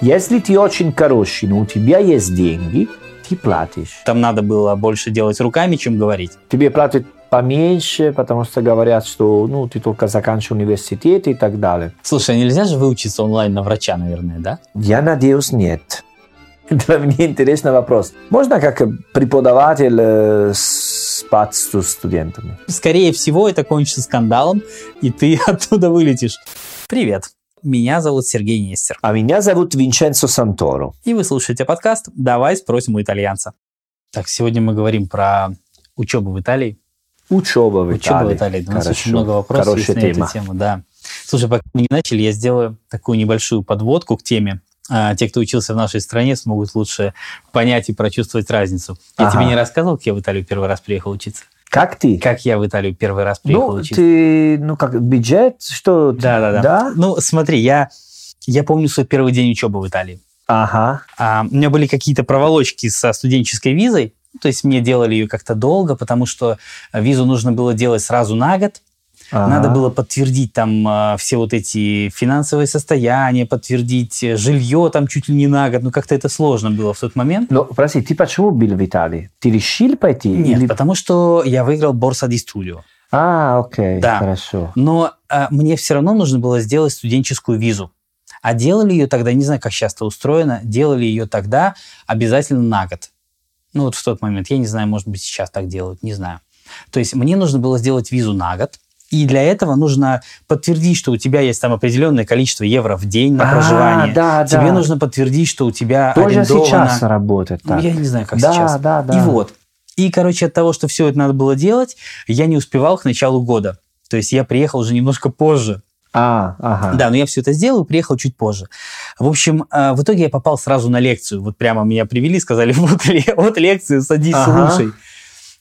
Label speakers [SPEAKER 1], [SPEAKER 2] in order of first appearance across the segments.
[SPEAKER 1] Если ты очень хороший, но у тебя есть деньги, ты платишь.
[SPEAKER 2] Там надо было больше делать руками, чем говорить.
[SPEAKER 1] Тебе платят поменьше, потому что говорят, что ну, ты только заканчивал университет и так далее.
[SPEAKER 2] Слушай, а нельзя же выучиться онлайн на врача, наверное, да?
[SPEAKER 1] Я надеюсь, нет. Для меня интересный вопрос. Можно как преподаватель э, спать с студентами?
[SPEAKER 2] Скорее всего, это кончится скандалом, и ты оттуда вылетишь. Привет. Меня зовут Сергей Нестер.
[SPEAKER 1] А меня зовут Винченцо Санторо.
[SPEAKER 2] И вы слушаете подкаст «Давай спросим у итальянца». Так, сегодня мы говорим про учебу в Италии.
[SPEAKER 1] Учеба в Италии.
[SPEAKER 2] Учеба в Италии. У нас
[SPEAKER 1] Хорошо.
[SPEAKER 2] очень много вопросов есть
[SPEAKER 1] Хорошая
[SPEAKER 2] на
[SPEAKER 1] тема.
[SPEAKER 2] эту тему. Да. Слушай, пока мы не начали, я сделаю такую небольшую подводку к теме. А, те, кто учился в нашей стране, смогут лучше понять и прочувствовать разницу. Я
[SPEAKER 1] Ага.
[SPEAKER 2] тебе не рассказывал, как я в Италию первый раз приехал учиться?
[SPEAKER 1] Как ты?
[SPEAKER 2] Как я в Италию первый раз приехал
[SPEAKER 1] Ну,
[SPEAKER 2] учиться?
[SPEAKER 1] ты, ну, как бюджет, что ты-
[SPEAKER 2] Да, да, да,
[SPEAKER 1] Да?
[SPEAKER 2] Ну, смотри, я, я помню свой первый день учебы в Италии.
[SPEAKER 1] Ага.
[SPEAKER 2] А, у меня были какие-то проволочки со студенческой визой. Ну, То есть мне делали ее как-то долго, потому что э, визу нужно было делать сразу на год.
[SPEAKER 1] ага.
[SPEAKER 2] Надо было подтвердить там э, все вот эти финансовые состояния, подтвердить э, жилье там чуть ли не на год. Ну, как-то это сложно было в тот момент.
[SPEAKER 1] Но, прости, ты почему был в Италии? Ты решил пойти?
[SPEAKER 2] Нет,
[SPEAKER 1] Или-
[SPEAKER 2] потому что я выиграл Борса Ди Студио.
[SPEAKER 1] А, окей,
[SPEAKER 2] Да.
[SPEAKER 1] хорошо.
[SPEAKER 2] Но э, мне все равно нужно было сделать студенческую визу. А делали ее тогда, не знаю, как сейчас это устроено, делали ее тогда обязательно на год. Ну вот в тот момент, я не знаю, может быть, сейчас так делают, не знаю. То есть мне нужно было сделать визу на год, и для этого нужно подтвердить, что у тебя есть там определенное количество евро в день на
[SPEAKER 1] А,
[SPEAKER 2] проживание.
[SPEAKER 1] да,
[SPEAKER 2] Тебе
[SPEAKER 1] да.
[SPEAKER 2] нужно подтвердить, что у тебя
[SPEAKER 1] Тоже
[SPEAKER 2] арендовано...
[SPEAKER 1] сейчас работает
[SPEAKER 2] Ну,
[SPEAKER 1] так.
[SPEAKER 2] я не знаю, как
[SPEAKER 1] да,
[SPEAKER 2] сейчас.
[SPEAKER 1] Да, да,
[SPEAKER 2] И вот. И, короче, от того, что все это надо было делать, я не успевал к началу года. То есть я приехал уже немножко позже.
[SPEAKER 1] А, ага.
[SPEAKER 2] Да, но я все это сделал и приехал чуть позже. В общем, э, в итоге я попал сразу на лекцию. Вот прямо меня привели, сказали, вот, ле- вот лекцию, садись,
[SPEAKER 1] Ага.
[SPEAKER 2] слушай.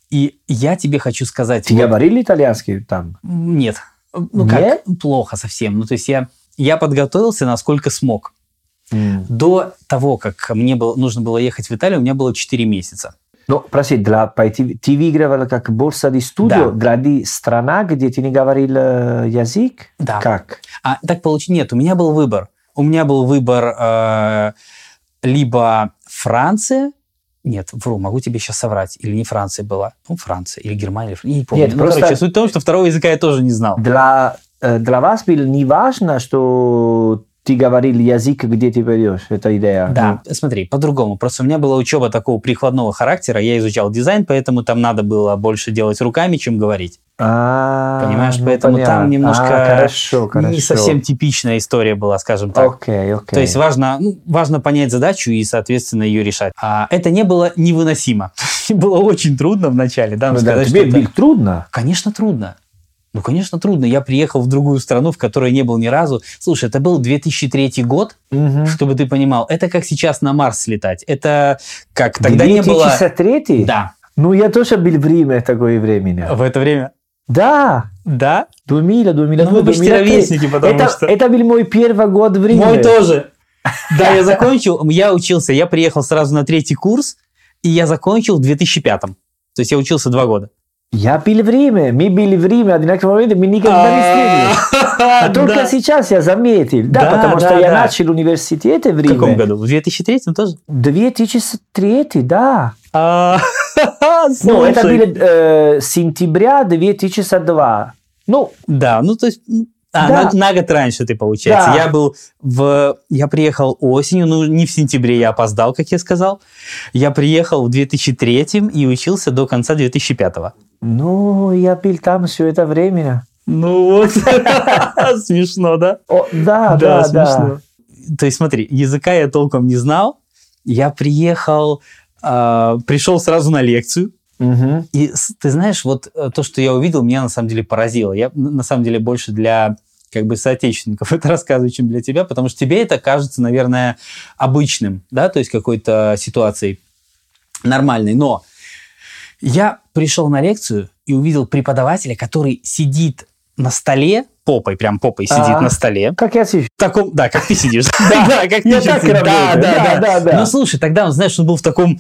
[SPEAKER 2] И я тебе хочу сказать...
[SPEAKER 1] Ты
[SPEAKER 2] вот-
[SPEAKER 1] говорил итальянский там?
[SPEAKER 2] Нет. Ну как,
[SPEAKER 1] Нет?
[SPEAKER 2] плохо совсем. Ну то есть я, я подготовился, насколько смог. Mm.
[SPEAKER 1] М.
[SPEAKER 2] До того, как мне было, нужно было ехать в Италию, у меня было 4 месяца.
[SPEAKER 1] Ну, прости, для пойти, ты выигрывал как борса ди студио, для ди- страна, где ты не говорил э, язык?
[SPEAKER 2] Да.
[SPEAKER 1] Как?
[SPEAKER 2] А так получилось. Нет, у меня был выбор. У меня был выбор э, либо Франция. Нет, вру, могу тебе сейчас соврать. Или не Франция была. Ну, Франция. Или Германия. Или... Фр- Не помню.
[SPEAKER 1] Нет,
[SPEAKER 2] ну,
[SPEAKER 1] просто-
[SPEAKER 2] короче, суть в том, что второго языка я тоже не знал.
[SPEAKER 1] Для, э, для вас было не важно, что ты говорил язык, где ты пойдешь, это идея.
[SPEAKER 2] Да, смотри, по-другому. Просто у меня была учеба такого прикладного характера. Я изучал дизайн, поэтому там надо было больше делать руками, чем говорить.
[SPEAKER 1] А,
[SPEAKER 2] Понимаешь,
[SPEAKER 1] ну,
[SPEAKER 2] поэтому там
[SPEAKER 1] понятно.
[SPEAKER 2] немножко
[SPEAKER 1] А, хорошо, хорошо.
[SPEAKER 2] Не совсем типичная история была, скажем так.
[SPEAKER 1] Окей, окей.
[SPEAKER 2] То есть важно, ну, важно понять задачу и, соответственно, ее решать. А это не было невыносимо. было очень трудно вначале, да,
[SPEAKER 1] Ну
[SPEAKER 2] но
[SPEAKER 1] да,
[SPEAKER 2] сказать,
[SPEAKER 1] тебе
[SPEAKER 2] что это-
[SPEAKER 1] было трудно.
[SPEAKER 2] Конечно, трудно. Ну, конечно, трудно. Я приехал в другую страну, в которой не был ни разу. Слушай, это был 2003 год,
[SPEAKER 1] Мгм.
[SPEAKER 2] чтобы ты понимал. Это как сейчас на Марс слетать. Это как тогда не было...
[SPEAKER 1] 2003?
[SPEAKER 2] Да,
[SPEAKER 1] Ну, я тоже был время такое времени.
[SPEAKER 2] в это время.
[SPEAKER 1] Да,
[SPEAKER 2] Да?
[SPEAKER 1] 2000, 2002,
[SPEAKER 2] Ну, мы почти
[SPEAKER 1] 2003.
[SPEAKER 2] ровесники, потому
[SPEAKER 1] это,
[SPEAKER 2] что...
[SPEAKER 1] это был мой первый год времени.
[SPEAKER 2] Мой тоже. Да, я закончил, я учился, я приехал сразу на третий курс, и я закончил в 2005. То есть я учился два года.
[SPEAKER 1] Я был время, мы были время, одинаково время, мы никогда не встретились. А только
[SPEAKER 2] Да.
[SPEAKER 1] сейчас я заметил. Да,
[SPEAKER 2] Да,
[SPEAKER 1] потому
[SPEAKER 2] да,
[SPEAKER 1] что я
[SPEAKER 2] да.
[SPEAKER 1] начал университет в
[SPEAKER 2] В
[SPEAKER 1] Риме.
[SPEAKER 2] каком году? В 2003 тоже?
[SPEAKER 1] 2003, да.
[SPEAKER 2] А,
[SPEAKER 1] Ну, это
[SPEAKER 2] слушай.
[SPEAKER 1] было э, сентября 2002. Ну,
[SPEAKER 2] Да, ну то есть... м, А,
[SPEAKER 1] Да.
[SPEAKER 2] на, на год раньше ты, получается.
[SPEAKER 1] Да.
[SPEAKER 2] Я был в... Я приехал осенью, ну, не в сентябре, я опоздал, как я сказал. Я приехал в 2003 и учился до конца 2005.
[SPEAKER 1] ну, я был там все это время.
[SPEAKER 2] Ну вот, смешно, да?
[SPEAKER 1] О, да, да, да.
[SPEAKER 2] А, То есть, смотри, языка я толком не знал. Я приехал, э, пришел сразу на лекцию.
[SPEAKER 1] Мгм.
[SPEAKER 2] И с- ты знаешь, вот э, то, что я увидел, меня на самом деле поразило. Я н- на самом деле больше для как бы соотечественников это рассказываю, чем для тебя, потому что тебе это кажется, наверное, обычным, да, то есть какой-то ситуацией нормальной. Но я пришел на лекцию и увидел преподавателя, который сидит на столе, попой, прям попой сидит
[SPEAKER 1] А.
[SPEAKER 2] на столе.
[SPEAKER 1] Как я сижу?
[SPEAKER 2] В таком, да, как ты сидишь. Да, как ты
[SPEAKER 1] Я
[SPEAKER 2] сейчас
[SPEAKER 1] так
[SPEAKER 2] сидишь. Да,
[SPEAKER 1] работаю.
[SPEAKER 2] да, да.
[SPEAKER 1] да, да.
[SPEAKER 2] Ну, слушай, тогда он, знаешь, он был в таком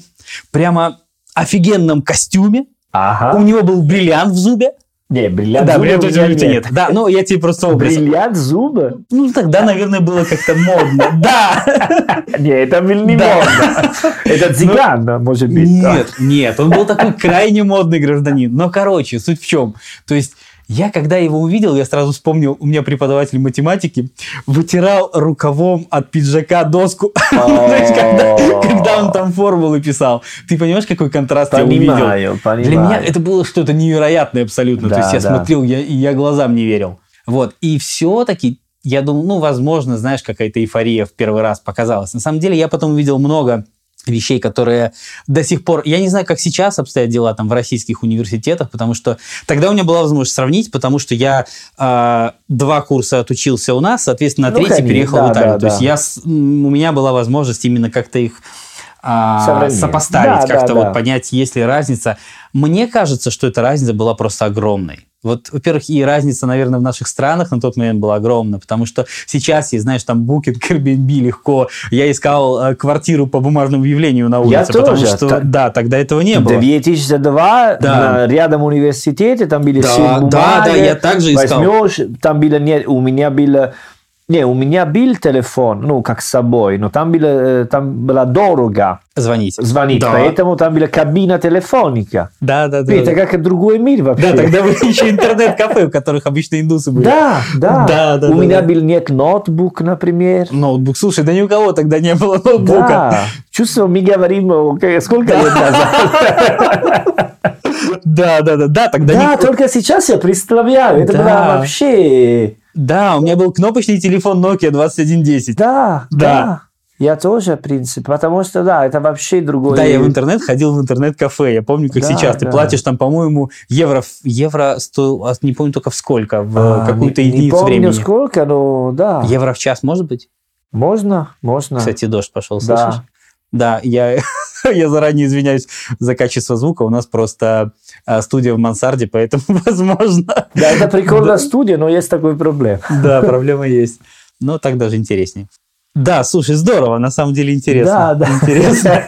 [SPEAKER 2] прямо офигенном костюме,
[SPEAKER 1] Ага.
[SPEAKER 2] у него был бриллиант в зубе,
[SPEAKER 1] Не, бриллиант
[SPEAKER 2] Да,
[SPEAKER 1] зуба
[SPEAKER 2] бриллиант
[SPEAKER 1] А? у меня
[SPEAKER 2] нет. нет. Да, ну я тебе просто образ.
[SPEAKER 1] Бриллиант зуба?
[SPEAKER 2] Ну, тогда, наверное, было как-то модно. Да!
[SPEAKER 1] Не, это не
[SPEAKER 2] Да. Ну,
[SPEAKER 1] модно. Это цыган, может быть.
[SPEAKER 2] Нет, нет, он был такой крайне модный гражданин. Но, короче, суть в чем? То есть я, когда его увидел, я сразу вспомнил, у меня преподаватель математики вытирал рукавом от пиджака доску. То есть, когда, когда он там формулы писал. Ты понимаешь, какой контраст я увидел?
[SPEAKER 1] А, Понимаю, понимаю.
[SPEAKER 2] Для меня это было что-то невероятное абсолютно.
[SPEAKER 1] Да,
[SPEAKER 2] То есть я
[SPEAKER 1] да.
[SPEAKER 2] смотрел, я, и я глазам не верил. Вот. И все-таки я думал, ну, возможно, знаешь, какая-то эйфория в первый раз показалась. На самом деле я потом увидел много вещей, которые до сих пор... Я не знаю, как сейчас обстоят дела там в российских университетах, потому что тогда у меня была возможность сравнить, потому что я э, два курса отучился у нас, соответственно, на
[SPEAKER 1] Ну,
[SPEAKER 2] третий
[SPEAKER 1] конечно,
[SPEAKER 2] переехал
[SPEAKER 1] да,
[SPEAKER 2] в Италию.
[SPEAKER 1] да,
[SPEAKER 2] То есть
[SPEAKER 1] да.
[SPEAKER 2] я, с- м, у меня была возможность именно как-то их а,
[SPEAKER 1] Сравнить.
[SPEAKER 2] сопоставить,
[SPEAKER 1] Да,
[SPEAKER 2] как-то
[SPEAKER 1] да,
[SPEAKER 2] вот
[SPEAKER 1] да.
[SPEAKER 2] понять, есть ли разница. Мне кажется, что эта разница была просто огромной. Вот, во-первых, и разница, наверное, в наших странах на тот момент была огромна, потому что сейчас, я, знаешь, там Booking, Airbnb легко. Я искал э, квартиру по бумажному явлению на улице,
[SPEAKER 1] Я
[SPEAKER 2] потому
[SPEAKER 1] тоже.
[SPEAKER 2] что,
[SPEAKER 1] Та-
[SPEAKER 2] да, тогда этого не было.
[SPEAKER 1] 2002
[SPEAKER 2] Да.
[SPEAKER 1] на- рядом университете, там были
[SPEAKER 2] Да,
[SPEAKER 1] все
[SPEAKER 2] да,
[SPEAKER 1] бумаги.
[SPEAKER 2] да, я также искал.
[SPEAKER 1] Возьмешь, там было, нет, у меня было, не, у меня был телефон, ну, как с собой, но там было, э, там было дорого
[SPEAKER 2] Звонить.
[SPEAKER 1] звонить,
[SPEAKER 2] Да.
[SPEAKER 1] поэтому там была кабина телефоника.
[SPEAKER 2] Да, да, да.
[SPEAKER 1] Это как другой мир вообще.
[SPEAKER 2] Да, тогда были еще интернет-кафе, в которых обычно индусы были.
[SPEAKER 1] Да, да.
[SPEAKER 2] Да, да,
[SPEAKER 1] У
[SPEAKER 2] да,
[SPEAKER 1] меня
[SPEAKER 2] да.
[SPEAKER 1] был нет ноутбук, например.
[SPEAKER 2] Ноутбук. Слушай, да ни у кого тогда не было ноутбука.
[SPEAKER 1] Да. Чувствую, мы говорим, о, к- сколько лет назад.
[SPEAKER 2] Да, да, да, да, тогда
[SPEAKER 1] Да,
[SPEAKER 2] ник-
[SPEAKER 1] только сейчас я представляю. Это
[SPEAKER 2] Да.
[SPEAKER 1] было вообще...
[SPEAKER 2] Да, у меня был кнопочный телефон Nokia 2110.
[SPEAKER 1] Да,
[SPEAKER 2] Да.
[SPEAKER 1] да. Я тоже, в принципе, потому что, да, это вообще другой...
[SPEAKER 2] Да, я в интернет ходил в интернет-кафе. Я помню, как
[SPEAKER 1] Да,
[SPEAKER 2] сейчас. Ты
[SPEAKER 1] да.
[SPEAKER 2] платишь там, по-моему, евро, в- евро стоил, а, не помню только в сколько, в
[SPEAKER 1] А,
[SPEAKER 2] э, какую-то
[SPEAKER 1] не- Не
[SPEAKER 2] единицу
[SPEAKER 1] помню
[SPEAKER 2] времени.
[SPEAKER 1] сколько, А. но да.
[SPEAKER 2] Евро в час, может быть?
[SPEAKER 1] Можно, можно.
[SPEAKER 2] Кстати, дождь пошел,
[SPEAKER 1] Да.
[SPEAKER 2] слышишь? Да, я, я заранее извиняюсь за качество звука. У нас просто э, студия в мансарде, поэтому, возможно,
[SPEAKER 1] Да, это прикольная студия, но есть такой проблем.
[SPEAKER 2] да, проблема есть. Но так даже интереснее. Да, слушай, здорово, на самом деле интересно.
[SPEAKER 1] Да, да.
[SPEAKER 2] Интересно.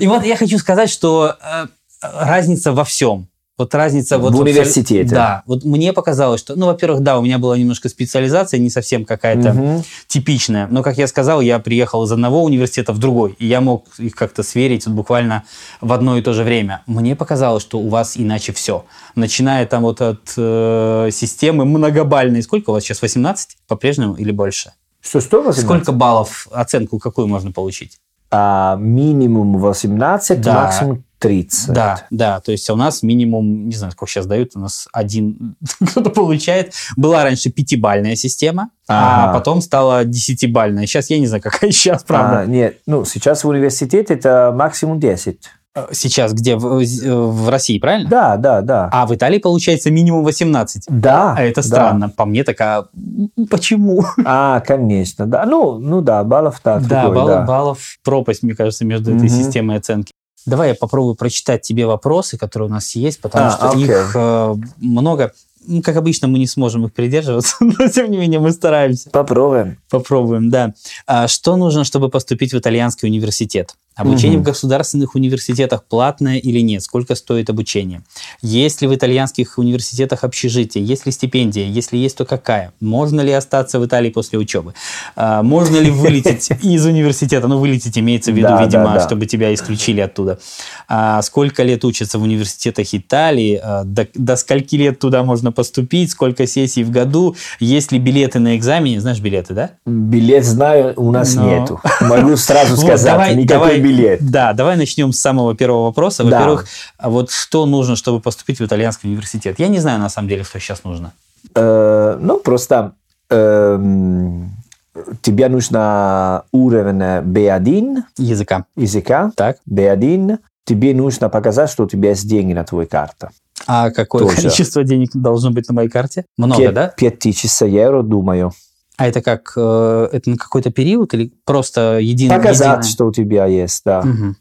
[SPEAKER 2] И вот я хочу сказать, что э, разница во всем. Вот разница вот
[SPEAKER 1] В
[SPEAKER 2] абсол-
[SPEAKER 1] университете.
[SPEAKER 2] Да, вот мне показалось, что, ну, во-первых, да, у меня была немножко специализация, не совсем какая-то
[SPEAKER 1] Мгм.
[SPEAKER 2] типичная. Но, как я сказал, я приехал из одного университета в другой, и я мог их как-то сверить вот буквально в одно и то же время. Мне показалось, что у вас иначе все. Начиная там вот от э, системы многобальной. Сколько у вас сейчас? 18 по-прежнему или больше?
[SPEAKER 1] Что, что 18?
[SPEAKER 2] Сколько баллов, оценку какую можно получить?
[SPEAKER 1] А, минимум 18,
[SPEAKER 2] Да.
[SPEAKER 1] максимум 30.
[SPEAKER 2] Да, да, то есть у нас минимум, не знаю, сколько сейчас дают, у нас один кто-то получает. Была раньше пятибальная система, а
[SPEAKER 1] Ага.
[SPEAKER 2] потом стала десятибальная. Сейчас я не знаю, какая сейчас, правда.
[SPEAKER 1] А, нет, ну, сейчас в университете это максимум 10.
[SPEAKER 2] Э, Сейчас где? В, э, в России, правильно?
[SPEAKER 1] А. Да, да, да.
[SPEAKER 2] А в Италии получается минимум 18.
[SPEAKER 1] Да.
[SPEAKER 2] А это
[SPEAKER 1] да.
[SPEAKER 2] странно. По мне такая... Почему?
[SPEAKER 1] А, конечно, да. Ну, ну да, баллов так.
[SPEAKER 2] да,
[SPEAKER 1] такой,
[SPEAKER 2] балл-
[SPEAKER 1] да.
[SPEAKER 2] баллов пропасть, мне кажется, между
[SPEAKER 1] Мгм.
[SPEAKER 2] этой системой оценки. Давай я попробую прочитать тебе вопросы, которые у нас есть, потому
[SPEAKER 1] А,
[SPEAKER 2] что
[SPEAKER 1] окей.
[SPEAKER 2] их э, много. Ну, Как обычно, мы не сможем их придерживаться, но тем не менее мы стараемся.
[SPEAKER 1] Попробуем.
[SPEAKER 2] Попробуем, да. А Что нужно, чтобы поступить в итальянский университет? Обучение в
[SPEAKER 1] Мгм.
[SPEAKER 2] государственных университетах платное или нет? Сколько стоит обучение? Есть ли в итальянских университетах общежитие? Есть ли стипендия? Если есть, то какая? Можно ли остаться в Италии после учебы? А, Можно ли вылететь из университета? Ну, вылететь имеется в виду,
[SPEAKER 1] Да, да,
[SPEAKER 2] видимо,
[SPEAKER 1] да.
[SPEAKER 2] чтобы тебя исключили оттуда. А Сколько лет учатся в университетах Италии? А, До до скольки лет туда можно поступить? Сколько сессий в году? Есть ли билеты на экзамене? Знаешь билеты, да?
[SPEAKER 1] Билет знаю, у нас
[SPEAKER 2] Но.
[SPEAKER 1] нету. Могу сразу
[SPEAKER 2] Ну.
[SPEAKER 1] Ну,
[SPEAKER 2] Вот,
[SPEAKER 1] сказать,
[SPEAKER 2] давай-
[SPEAKER 1] никакой
[SPEAKER 2] давай-
[SPEAKER 1] билет.
[SPEAKER 2] Да, давай начнем с самого первого вопроса.
[SPEAKER 1] Да.
[SPEAKER 2] Во-первых, а вот что нужно, чтобы поступить в итальянский университет? Я не знаю, на самом деле, что сейчас нужно.
[SPEAKER 1] Э, ну, просто эм, тебе нужно уровень B1
[SPEAKER 2] Языка.
[SPEAKER 1] языка,
[SPEAKER 2] Так.
[SPEAKER 1] B1. Тебе нужно показать, что у тебя есть деньги на твоей карте.
[SPEAKER 2] А какое
[SPEAKER 1] Тоже.
[SPEAKER 2] количество денег должно быть на моей карте? Много,
[SPEAKER 1] Пять-
[SPEAKER 2] да?
[SPEAKER 1] 5000 евро, думаю.
[SPEAKER 2] А это как? э, это на какой-то период или просто един-
[SPEAKER 1] Показать,
[SPEAKER 2] единое?
[SPEAKER 1] что у тебя есть, да.
[SPEAKER 2] Мгм.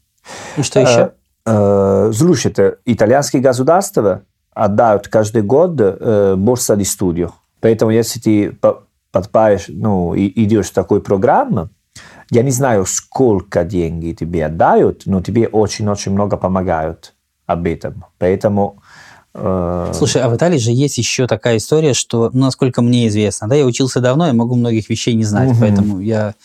[SPEAKER 2] И что еще?
[SPEAKER 1] Э, э, слушайте, итальянские государства отдают каждый год э, борса di studio. Поэтому если ты по- подпаешь, ну, и идешь в такую программу, я не знаю, сколько деньги тебе отдают, но тебе очень-очень много помогают об этом. Поэтому э,
[SPEAKER 2] Слушай, а в Италии же есть еще такая история, что, ну, насколько мне известно, да, я учился давно, я могу многих вещей не знать,
[SPEAKER 1] Мгм.
[SPEAKER 2] поэтому я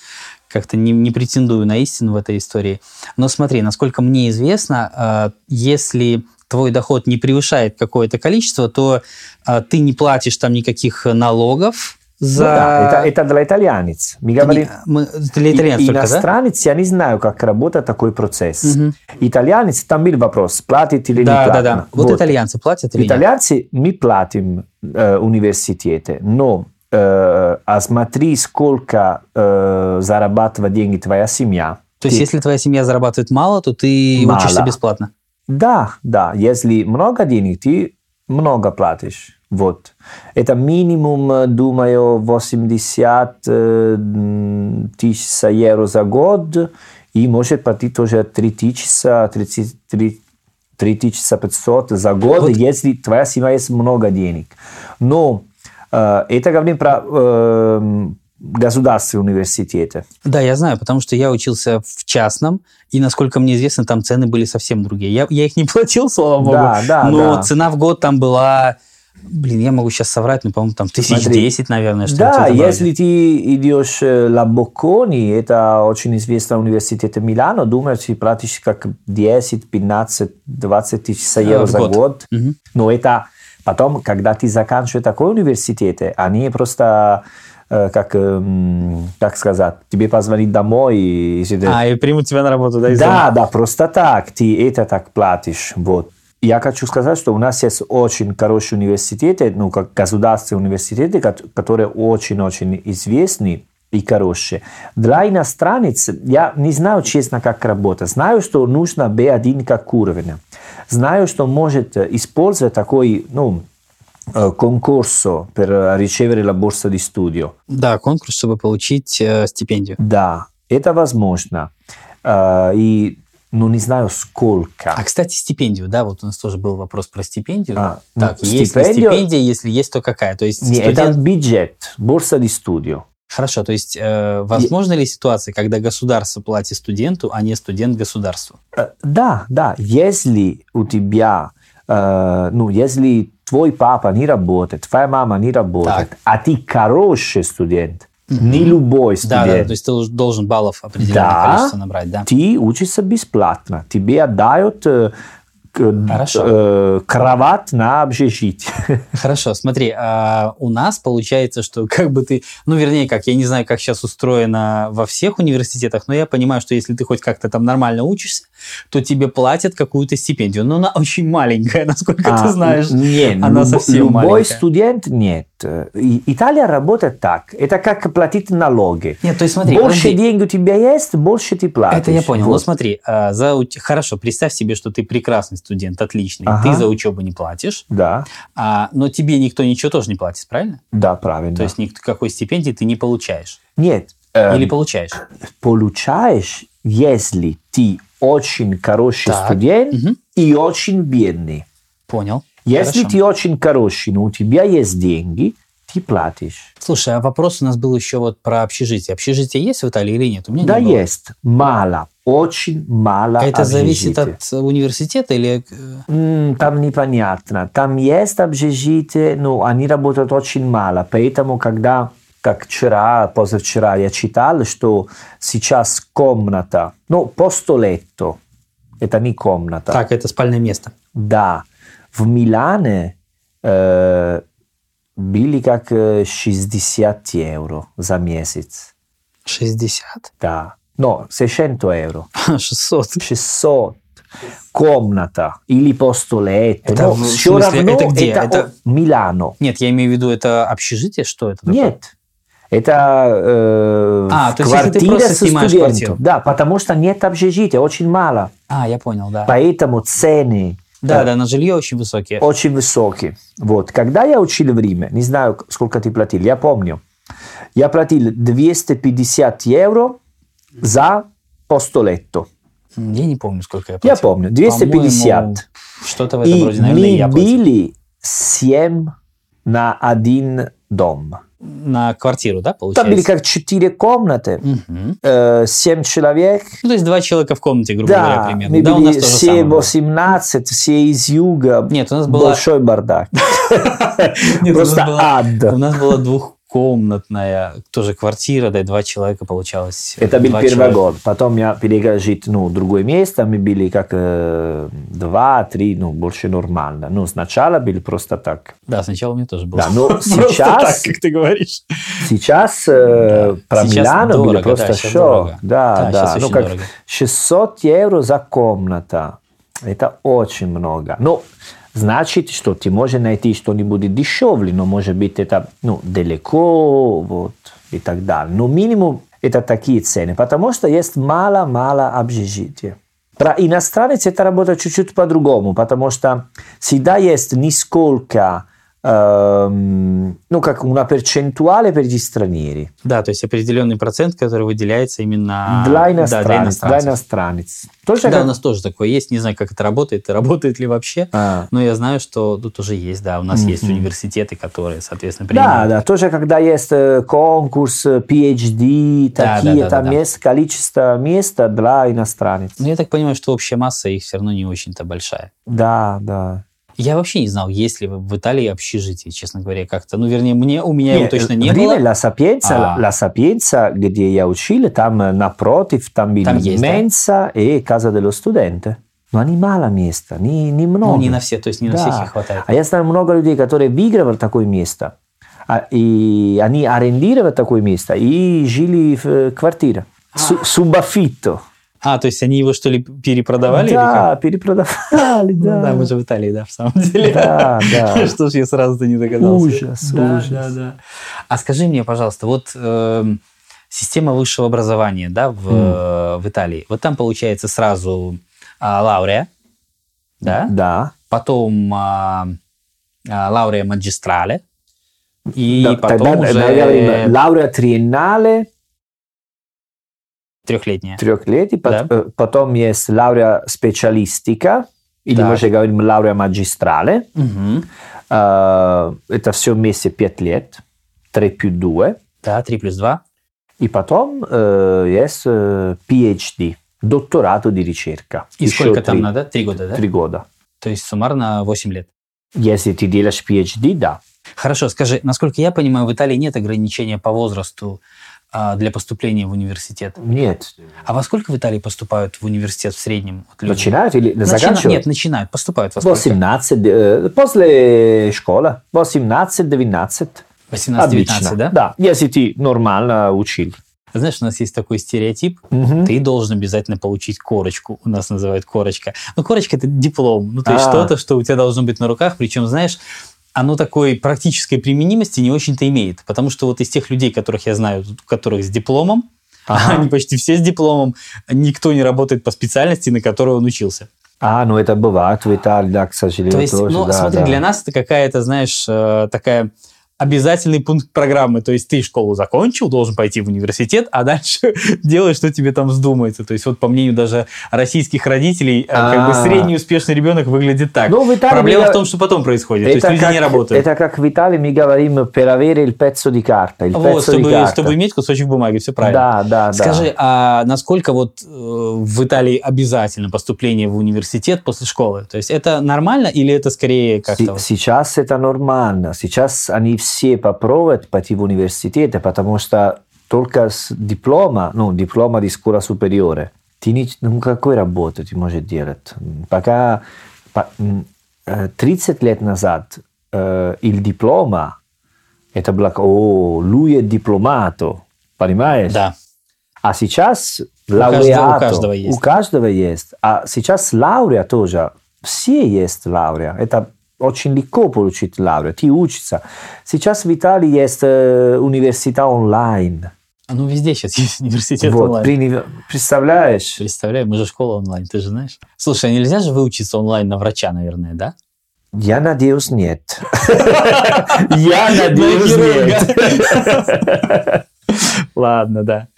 [SPEAKER 2] как-то не, не претендую на истину в этой истории. Но смотри, насколько мне известно, а, если твой доход не превышает какое-то количество, то а, ты не платишь там никаких налогов
[SPEAKER 1] Ну
[SPEAKER 2] за...
[SPEAKER 1] да, это, это для итальянец. Мы
[SPEAKER 2] Ты не-
[SPEAKER 1] говорим,
[SPEAKER 2] мы- для итальянцев
[SPEAKER 1] и-
[SPEAKER 2] только, да?
[SPEAKER 1] иностранец, я не знаю, как работает такой процесс.
[SPEAKER 2] Мгм.
[SPEAKER 1] Итальянец, там был вопрос, платит или не
[SPEAKER 2] Да, да,
[SPEAKER 1] платит.
[SPEAKER 2] да. Вот,
[SPEAKER 1] Вот.
[SPEAKER 2] итальянцы платят или нет?
[SPEAKER 1] Итальянцы, мы платим э, университеты, но э, а смотри, сколько э, зарабатывает деньги твоя семья.
[SPEAKER 2] То есть,
[SPEAKER 1] Ты-
[SPEAKER 2] если твоя семья зарабатывает мало, то ты
[SPEAKER 1] Мало.
[SPEAKER 2] учишься бесплатно.
[SPEAKER 1] Да, да, если много денег, ты много платишь. Вот. Это минимум, э, думаю, 80 э, м, тысяч евро за год и может платить тоже 3500 за год,
[SPEAKER 2] Вот.
[SPEAKER 1] если твоя семья есть много денег. Но э, это говорим про э, государственные университеты.
[SPEAKER 2] Да, я знаю, потому что я учился в частном, и, насколько мне известно, там цены были совсем другие. Я, я их не платил, слава богу,
[SPEAKER 1] Да, да,
[SPEAKER 2] но
[SPEAKER 1] да.
[SPEAKER 2] цена в год там была... Блин, я могу сейчас соврать, но, по-моему, там тысяч
[SPEAKER 1] Смотри.
[SPEAKER 2] десять, наверное, что
[SPEAKER 1] Да, если ты идешь э, на Боккони, это очень известный университет Милана, думаю, ты платишь как 10, 15, 20 тысяч евро
[SPEAKER 2] в
[SPEAKER 1] за
[SPEAKER 2] год.
[SPEAKER 1] год.
[SPEAKER 2] Мгм.
[SPEAKER 1] Но это потом, когда ты заканчиваешь такой университет, они просто, э, как, эм, как сказать, тебе позвонить домой. И, если ты-
[SPEAKER 2] А, и примут тебя на работу, да? из
[SPEAKER 1] да,
[SPEAKER 2] дома?
[SPEAKER 1] да, просто так. Ты это так платишь. Вот. Я хочу сказать, что у нас есть очень хорошие университеты, ну, как государственные университеты, кот- которые очень-очень известны и хорошие. Для иностранец я не знаю, честно, как работать. Знаю, что нужно B1 как уровень. Знаю, что может э, использовать такой, ну, э, конкурсо per ricevere la borsa di studio.
[SPEAKER 2] Да, конкурс, чтобы получить э, стипендию.
[SPEAKER 1] Да, это возможно. Э, И, ну, не знаю, сколько.
[SPEAKER 2] А, кстати, стипендию, да, вот у нас тоже был вопрос про стипендию.
[SPEAKER 1] А,
[SPEAKER 2] так,
[SPEAKER 1] ну,
[SPEAKER 2] есть ли
[SPEAKER 1] стипендию-
[SPEAKER 2] стипендия, если есть, то какая? То есть
[SPEAKER 1] Не,
[SPEAKER 2] студент-
[SPEAKER 1] это бюджет, борса di studio.
[SPEAKER 2] Хорошо, то есть э, возможно ли ситуация, когда государство платит студенту, а не студент государству?
[SPEAKER 1] Э, Да, да, если у тебя, э, ну, если твой папа не работает, твоя мама не работает, а ты хороший студент, не любой
[SPEAKER 2] Да,
[SPEAKER 1] студент,
[SPEAKER 2] да, то есть ты лож- должен баллов определенное
[SPEAKER 1] Да.
[SPEAKER 2] количество набрать, да?
[SPEAKER 1] ты учишься бесплатно, тебе отдают э, к-
[SPEAKER 2] Хорошо.
[SPEAKER 1] э, кровать на общежитие.
[SPEAKER 2] Хорошо, смотри, а у нас получается, что как бы ты, ну вернее как, я не знаю, как сейчас устроено во всех университетах, но я понимаю, что если ты хоть как-то там нормально учишься, то тебе платят какую-то стипендию, но она очень маленькая, насколько
[SPEAKER 1] А,
[SPEAKER 2] ты знаешь.
[SPEAKER 1] не,
[SPEAKER 2] она
[SPEAKER 1] любо-
[SPEAKER 2] совсем
[SPEAKER 1] любой
[SPEAKER 2] маленькая.
[SPEAKER 1] студент нет. И- Италия работает так. Это как платить налоги.
[SPEAKER 2] Нет, то есть смотри,
[SPEAKER 1] больше
[SPEAKER 2] подожди.
[SPEAKER 1] денег у тебя есть, больше ты платишь.
[SPEAKER 2] Это я понял.
[SPEAKER 1] Вот.
[SPEAKER 2] Ну смотри, а, за уч- хорошо, представь себе, что ты прекрасный студент, отличный,
[SPEAKER 1] Ага.
[SPEAKER 2] ты за учебу не платишь,
[SPEAKER 1] Да,
[SPEAKER 2] а, но тебе никто ничего тоже не платит, правильно?
[SPEAKER 1] да, правильно.
[SPEAKER 2] То есть Эм, никакой стипендии ты не получаешь.
[SPEAKER 1] Нет, э,
[SPEAKER 2] Или получаешь.
[SPEAKER 1] получаешь, если ты очень хороший
[SPEAKER 2] Так.
[SPEAKER 1] студент
[SPEAKER 2] Мгм.
[SPEAKER 1] и очень бедный.
[SPEAKER 2] Понял.
[SPEAKER 1] Если
[SPEAKER 2] Хорошо.
[SPEAKER 1] ты очень хороший, но у тебя есть деньги, ты платишь.
[SPEAKER 2] Слушай, а вопрос у нас был еще вот про общежитие. Общежитие есть в Италии или нет? У меня не
[SPEAKER 1] да,
[SPEAKER 2] было.
[SPEAKER 1] есть. Мало, очень мало.
[SPEAKER 2] А это зависит
[SPEAKER 1] общежитий.
[SPEAKER 2] от э, университета или... э,
[SPEAKER 1] М, Там непонятно. Там есть общежитие, но они работают очень мало. Поэтому, когда, как вчера, позавчера я читал, что сейчас комната, ну, постолетто, это не комната.
[SPEAKER 2] Так, это спальное место.
[SPEAKER 1] Да, в Милане э, были как э, 60 евро за месяц.
[SPEAKER 2] 60?
[SPEAKER 1] Да. Но 600 евро.
[SPEAKER 2] 600.
[SPEAKER 1] 600 комната или постолетто.
[SPEAKER 2] Это
[SPEAKER 1] но
[SPEAKER 2] в
[SPEAKER 1] всё
[SPEAKER 2] смысле,
[SPEAKER 1] равно
[SPEAKER 2] это где?
[SPEAKER 1] это,
[SPEAKER 2] Это-
[SPEAKER 1] о- Милано.
[SPEAKER 2] Нет, я имею в виду, это общежитие, что это? такое?
[SPEAKER 1] Нет. Это э,
[SPEAKER 2] А, то есть если ты
[SPEAKER 1] квартира
[SPEAKER 2] просто
[SPEAKER 1] со
[SPEAKER 2] снимаешь
[SPEAKER 1] студентом.
[SPEAKER 2] квартиру.
[SPEAKER 1] Да, потому что нет общежития, очень мало.
[SPEAKER 2] А, я понял, да.
[SPEAKER 1] Поэтому цены
[SPEAKER 2] Да,
[SPEAKER 1] э,
[SPEAKER 2] да, на жилье очень высокие.
[SPEAKER 1] очень высокие. Вот. Когда я учил в Риме, не знаю, к- сколько ты платил, я помню, я платил 250 евро за постолетто.
[SPEAKER 2] М, Я не помню, сколько я
[SPEAKER 1] Я
[SPEAKER 2] платил.
[SPEAKER 1] помню, 250.
[SPEAKER 2] По-моему, Что-то в этом
[SPEAKER 1] И
[SPEAKER 2] роде, наверное, и я
[SPEAKER 1] мы
[SPEAKER 2] платил.
[SPEAKER 1] били 7 на один дом.
[SPEAKER 2] на квартиру, да,
[SPEAKER 1] Там были
[SPEAKER 2] получается?
[SPEAKER 1] как четыре комнаты,
[SPEAKER 2] Мгм.
[SPEAKER 1] э, семь человек.
[SPEAKER 2] Ну, то есть два человека в комнате, грубо говоря,
[SPEAKER 1] Да,
[SPEAKER 2] примерно.
[SPEAKER 1] мы
[SPEAKER 2] Да, у нас
[SPEAKER 1] были
[SPEAKER 2] тоже
[SPEAKER 1] все
[SPEAKER 2] самое было.
[SPEAKER 1] 18, все из юга.
[SPEAKER 2] Нет, у нас была...
[SPEAKER 1] Большой бардак.
[SPEAKER 2] Нет, у нас
[SPEAKER 1] Просто
[SPEAKER 2] была-
[SPEAKER 1] ад.
[SPEAKER 2] У нас была двухкомнатная тоже квартира, да, и два человека получалось.
[SPEAKER 1] Это был
[SPEAKER 2] Два
[SPEAKER 1] первый
[SPEAKER 2] человека.
[SPEAKER 1] год. Потом я переехал жить ну, в другое место. Мы были как э, два, три, ну, больше нормально. Ну, сначала были просто так.
[SPEAKER 2] Да, сначала мне тоже было.
[SPEAKER 1] Да, но
[SPEAKER 2] Просто так,
[SPEAKER 1] сейчас,
[SPEAKER 2] как ты говоришь.
[SPEAKER 1] сейчас э, про
[SPEAKER 2] сейчас
[SPEAKER 1] Милану
[SPEAKER 2] дорого,
[SPEAKER 1] было просто
[SPEAKER 2] да, сейчас
[SPEAKER 1] шок.
[SPEAKER 2] дорого.
[SPEAKER 1] Да,
[SPEAKER 2] Да,
[SPEAKER 1] да.
[SPEAKER 2] сейчас
[SPEAKER 1] Ну,
[SPEAKER 2] очень
[SPEAKER 1] как
[SPEAKER 2] дорого.
[SPEAKER 1] 600 евро за комната. Это очень много. Ну, значит, что ты можешь найти что-нибудь дешевле, но, может быть, это ну, далеко вот, и так далее. Но минимум это такие цены, потому что есть мало-мало общежития. Про иностранец это работает чуть-чуть по-другому, потому что всегда есть нисколько, эм, ну, как ehm, una percentuale per gli stranieri.
[SPEAKER 2] Да, то есть определенный процент, который выделяется именно...
[SPEAKER 1] Для
[SPEAKER 2] Да, для
[SPEAKER 1] иностранец. Для
[SPEAKER 2] иностранцев.
[SPEAKER 1] иностранец. Точно
[SPEAKER 2] Да,
[SPEAKER 1] как-
[SPEAKER 2] у нас тоже такое есть. Не знаю, как это работает и работает ли вообще.
[SPEAKER 1] А.
[SPEAKER 2] Но я знаю, что тут уже есть, да. У нас есть
[SPEAKER 1] Мгм.
[SPEAKER 2] университеты, которые, соответственно,
[SPEAKER 1] Да,
[SPEAKER 2] принимают.
[SPEAKER 1] да, тоже когда есть э, конкурс, э, PhD,
[SPEAKER 2] Да,
[SPEAKER 1] такие
[SPEAKER 2] да, да,
[SPEAKER 1] там
[SPEAKER 2] да, да.
[SPEAKER 1] есть количество мест для иностранцев.
[SPEAKER 2] Но я так понимаю, что общая масса их все равно не очень-то большая.
[SPEAKER 1] Да, да.
[SPEAKER 2] Я вообще не знал, есть ли в Италии общежитие, честно говоря, как-то. Ну, вернее, мне, у меня его
[SPEAKER 1] Нет,
[SPEAKER 2] точно не
[SPEAKER 1] в Риме
[SPEAKER 2] было.
[SPEAKER 1] Ла Сапиенца,
[SPEAKER 2] А.
[SPEAKER 1] Ла Сапиенца, где я учил, там э, напротив, там были
[SPEAKER 2] Там есть, да?
[SPEAKER 1] Менса и Каза дело студента. Но они мало места, не, не много.
[SPEAKER 2] Ну, не на все, то есть не на
[SPEAKER 1] Да.
[SPEAKER 2] всех их хватает.
[SPEAKER 1] А я знаю много людей, которые выигрывали такое место, а, и они арендировали такое место и жили в э, квартире. Су- Субафитто.
[SPEAKER 2] А, то есть они его, что ли, перепродавали? или как?
[SPEAKER 1] Да, перепродавали,
[SPEAKER 2] Ну, да,
[SPEAKER 1] да.
[SPEAKER 2] мы же в Италии, да, в самом деле.
[SPEAKER 1] Да, да.
[SPEAKER 2] Что ж я сразу-то не догадался.
[SPEAKER 1] Ужас,
[SPEAKER 2] да,
[SPEAKER 1] ужас.
[SPEAKER 2] Да, да. А скажи мне, пожалуйста, вот эм, система высшего образования, да, в, э, в Италии. Вот там получается сразу а, лауреа, да,
[SPEAKER 1] Да.
[SPEAKER 2] потом а, а, лауреа магистрале, и
[SPEAKER 1] Да, Тогда
[SPEAKER 2] потом
[SPEAKER 1] да, я говорю,
[SPEAKER 2] уже
[SPEAKER 1] лауреа триеннале,
[SPEAKER 2] трехлетняя.
[SPEAKER 1] трехлетий, пот- э, потом есть лауреа специалистика, или
[SPEAKER 2] Так.
[SPEAKER 1] мы же говорим лауреа магистрале.
[SPEAKER 2] Мгм.
[SPEAKER 1] Э, Это все вместе пять лет, 3 плюс 2.
[SPEAKER 2] Да, 3 плюс 2.
[SPEAKER 1] И потом э, есть э, PhD, докторату di ricerca.
[SPEAKER 2] И
[SPEAKER 1] Еще
[SPEAKER 2] сколько там
[SPEAKER 1] три-
[SPEAKER 2] надо? Три года, да?
[SPEAKER 1] Три года.
[SPEAKER 2] То есть суммарно 8 лет.
[SPEAKER 1] Если ты делаешь PhD, да.
[SPEAKER 2] Хорошо, скажи, насколько я понимаю, в Италии нет ограничения по возрасту а, для поступления в университет.
[SPEAKER 1] Нет.
[SPEAKER 2] А во сколько в Италии поступают в университет в среднем? вот люди?
[SPEAKER 1] Начинают или
[SPEAKER 2] Начина-
[SPEAKER 1] заканчивают?
[SPEAKER 2] Нет, начинают, поступают во сколько?
[SPEAKER 1] 18, э, после школы, 18-19.
[SPEAKER 2] 18-19, да?
[SPEAKER 1] Да, если ты нормально учил.
[SPEAKER 2] Знаешь, у нас есть такой стереотип,
[SPEAKER 1] Мгм.
[SPEAKER 2] ты должен обязательно получить корочку. У нас называют корочка. Ну, корочка – это диплом. Ну, то есть
[SPEAKER 1] А.
[SPEAKER 2] что-то, что у тебя должно быть на руках. Причем, знаешь, оно такой практической применимости не очень-то имеет. Потому что вот из тех людей, которых я знаю, у которых с дипломом,
[SPEAKER 1] Ага.
[SPEAKER 2] они почти все с дипломом, никто не работает по специальности, на которую он учился.
[SPEAKER 1] А, ну это бывает в Италии, да, к сожалению,
[SPEAKER 2] То есть,
[SPEAKER 1] тоже,
[SPEAKER 2] ну,
[SPEAKER 1] да,
[SPEAKER 2] смотри,
[SPEAKER 1] да.
[SPEAKER 2] для нас это какая-то, знаешь, э, такая обязательный пункт программы. То есть ты школу закончил, должен пойти в университет, а дальше делай, что тебе там вздумается. То есть вот по мнению даже российских родителей, э, как бы
[SPEAKER 1] А.
[SPEAKER 2] средний успешный ребенок выглядит так.
[SPEAKER 1] Ну, в Италии
[SPEAKER 2] Проблема
[SPEAKER 1] меня-
[SPEAKER 2] в том, что потом происходит. То есть люди
[SPEAKER 1] как,
[SPEAKER 2] не работают.
[SPEAKER 1] это как в Италии мы говорим per avere il pezzo di carta. Il
[SPEAKER 2] Вот,
[SPEAKER 1] pezzo di
[SPEAKER 2] чтобы,
[SPEAKER 1] carta.
[SPEAKER 2] чтобы иметь кусочек бумаги, все правильно.
[SPEAKER 1] Да, да, да.
[SPEAKER 2] Скажи, а насколько вот э, в Италии обязательно поступление в университет после школы? То есть это нормально или это скорее
[SPEAKER 1] Се-
[SPEAKER 2] как-то... вот-
[SPEAKER 1] Сейчас это нормально. Сейчас они все попробуют пойти в университеты, потому что только с диплома, ну, диплома из школы superiore, ты ни- ну, какой работы ты можешь делать? М, Пока по- м, э, 30 лет назад э, il диплома, это было, как, о, oh, lui è diplomato, понимаешь?
[SPEAKER 2] Да.
[SPEAKER 1] А сейчас
[SPEAKER 2] каждого- у
[SPEAKER 1] лауреату...
[SPEAKER 2] каждого есть.
[SPEAKER 1] У каждого есть. А сейчас лауреа тоже. Все есть лауреа. Это очень легко получить лауреа. Ты учишься. Сейчас в Италии есть э, университет онлайн.
[SPEAKER 2] А Ну, везде сейчас есть университет
[SPEAKER 1] Вот,
[SPEAKER 2] онлайн.
[SPEAKER 1] при уни- Представляешь?
[SPEAKER 2] Представляю, мы же школа онлайн, ты же знаешь. Слушай, а нельзя же выучиться онлайн на врача, наверное, да?
[SPEAKER 1] Я надеюсь, нет. Я
[SPEAKER 2] На Ну,
[SPEAKER 1] надеюсь,
[SPEAKER 2] хирурга.
[SPEAKER 1] нет.
[SPEAKER 2] Ладно, да.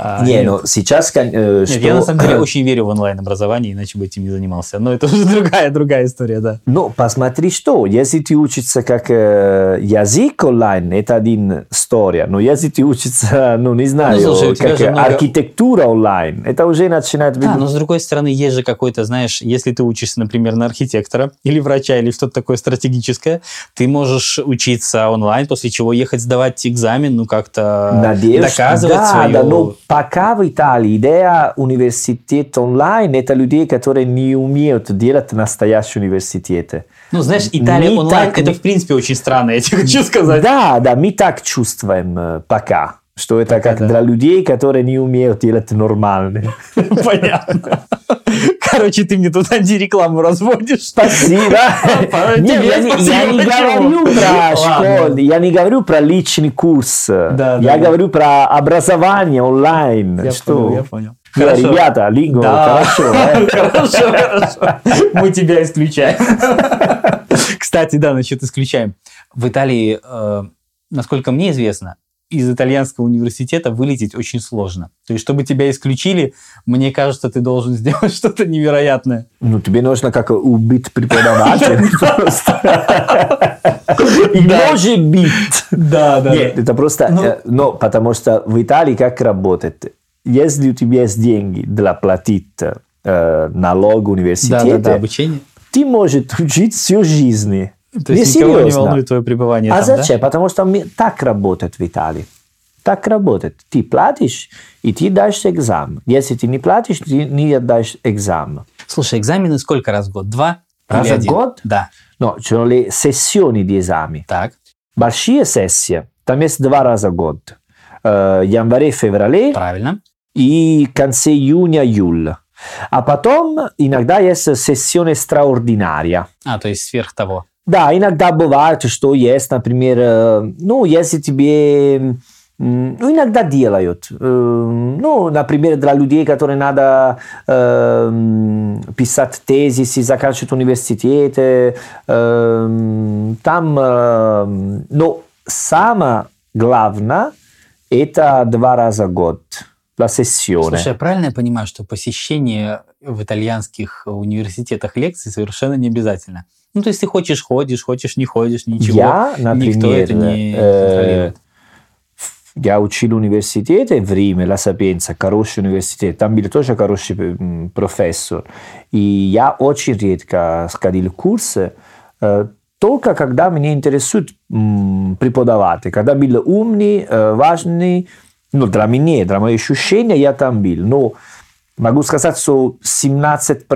[SPEAKER 2] А, А,
[SPEAKER 1] не,
[SPEAKER 2] нет.
[SPEAKER 1] ну сейчас... кон- э,
[SPEAKER 2] Нет,
[SPEAKER 1] что-
[SPEAKER 2] я на самом деле очень верю в онлайн-образование, иначе бы этим не занимался. Но это уже другая, другая история, да.
[SPEAKER 1] Ну, посмотри, что. Если ты учишься как э, язык онлайн, это один история. Но если ты учишься, ну, не знаю,
[SPEAKER 2] слушай, у тебя
[SPEAKER 1] как
[SPEAKER 2] же много-
[SPEAKER 1] архитектура онлайн, это уже начинает...
[SPEAKER 2] Да, Ну, но с другой стороны, есть же какой-то, знаешь, если ты учишься, например, на архитектора или врача, или что-то такое стратегическое, ты можешь учиться онлайн, после чего ехать сдавать экзамен, ну, как-то
[SPEAKER 1] Надеюсь,
[SPEAKER 2] доказывать
[SPEAKER 1] да,
[SPEAKER 2] свою...
[SPEAKER 1] да, ну, но пока в Италии идея университета онлайн, это людей, которые не умеют делать настоящие университеты.
[SPEAKER 2] Ну, знаешь, Италия
[SPEAKER 1] не
[SPEAKER 2] онлайн,
[SPEAKER 1] так,
[SPEAKER 2] это,
[SPEAKER 1] не-
[SPEAKER 2] в принципе, очень странно, я тебе хочу сказать.
[SPEAKER 1] Да, да, мы так чувствуем э, пока, что это
[SPEAKER 2] Пока
[SPEAKER 1] как
[SPEAKER 2] да.
[SPEAKER 1] для людей, которые не умеют делать нормально.
[SPEAKER 2] Понятно. Короче, ты мне тут антирекламу разводишь.
[SPEAKER 1] Спасибо.
[SPEAKER 2] Пора
[SPEAKER 1] Не,
[SPEAKER 2] тебе,
[SPEAKER 1] я не- я
[SPEAKER 2] спасибо,
[SPEAKER 1] не
[SPEAKER 2] почему?
[SPEAKER 1] говорю про
[SPEAKER 2] Ладно.
[SPEAKER 1] школы, я не говорю про личный курс.
[SPEAKER 2] Да,
[SPEAKER 1] Я
[SPEAKER 2] да.
[SPEAKER 1] говорю про образование онлайн.
[SPEAKER 2] Я понял, я
[SPEAKER 1] Что?
[SPEAKER 2] понял.
[SPEAKER 1] Не,
[SPEAKER 2] Хорошо.
[SPEAKER 1] Ребята, лингу,
[SPEAKER 2] Да.
[SPEAKER 1] Ну, хорошо. э.
[SPEAKER 2] Хорошо, хорошо. Мы тебя исключаем. Кстати, да, насчет исключаем. В Италии, э, насколько мне известно, из итальянского университета вылететь очень сложно. То есть, чтобы тебя исключили, мне кажется, ты должен сделать что-то невероятное.
[SPEAKER 1] Ну, тебе нужно как убить преподавателя. просто. И
[SPEAKER 2] Да.
[SPEAKER 1] может быть.
[SPEAKER 2] Да, да.
[SPEAKER 1] Нет, это просто...
[SPEAKER 2] Ну-
[SPEAKER 1] э, Но потому что в Италии как работает? Если у тебя есть деньги для платить э, налог
[SPEAKER 2] Да, да, да,
[SPEAKER 1] университета,
[SPEAKER 2] обучение.
[SPEAKER 1] ты можешь учить всю жизнь.
[SPEAKER 2] То есть,
[SPEAKER 1] Не,
[SPEAKER 2] никого не
[SPEAKER 1] серьезно.
[SPEAKER 2] волнует твое пребывание
[SPEAKER 1] А
[SPEAKER 2] там, да?
[SPEAKER 1] зачем? Потому что ми- так работает в Италии. Так работает. Ты платишь, и ты дашь экзамен. Если ты не платишь, ты не отдаешь экзамен.
[SPEAKER 2] Слушай, экзамены сколько раз в год? Два?
[SPEAKER 1] Раз
[SPEAKER 2] или
[SPEAKER 1] в
[SPEAKER 2] один?
[SPEAKER 1] год?
[SPEAKER 2] Да.
[SPEAKER 1] No, ci sono le sessioni di esami.
[SPEAKER 2] Так.
[SPEAKER 1] Большие сессии. Там есть два раза в год. Э, январе, феврале
[SPEAKER 2] Правильно.
[SPEAKER 1] и в конце июня, июль. А потом иногда есть сессионы экстраординария.
[SPEAKER 2] А, то есть сверх того.
[SPEAKER 1] Да, иногда бывает, что есть, например, э, ну, если тебе, м, ну, иногда делают, э, ну, например, для людей, которые надо э, м, писать тезисы, заканчивать университеты, э, м, там, э, м, но самое главное, это два раза в год, la sessione.
[SPEAKER 2] Слушай, а правильно я понимаю, что посещение в итальянских университетах лекций совершенно не обязательно? Ну, то есть ты хочешь, ходишь, хочешь, не ходишь, а ничего.
[SPEAKER 1] Я, например,
[SPEAKER 2] Никто это не
[SPEAKER 1] э,
[SPEAKER 2] контролирует.
[SPEAKER 1] я учил университеты в Риме, Ла Сапенца, хороший университет. Там был тоже хороший м, профессор. И я очень редко сходил в курсы, э, только когда меня интересует м, преподаватель, когда был умный, э, важный, ну, для меня, для моих ощущений я там был. Но Могу сказать, что 17%,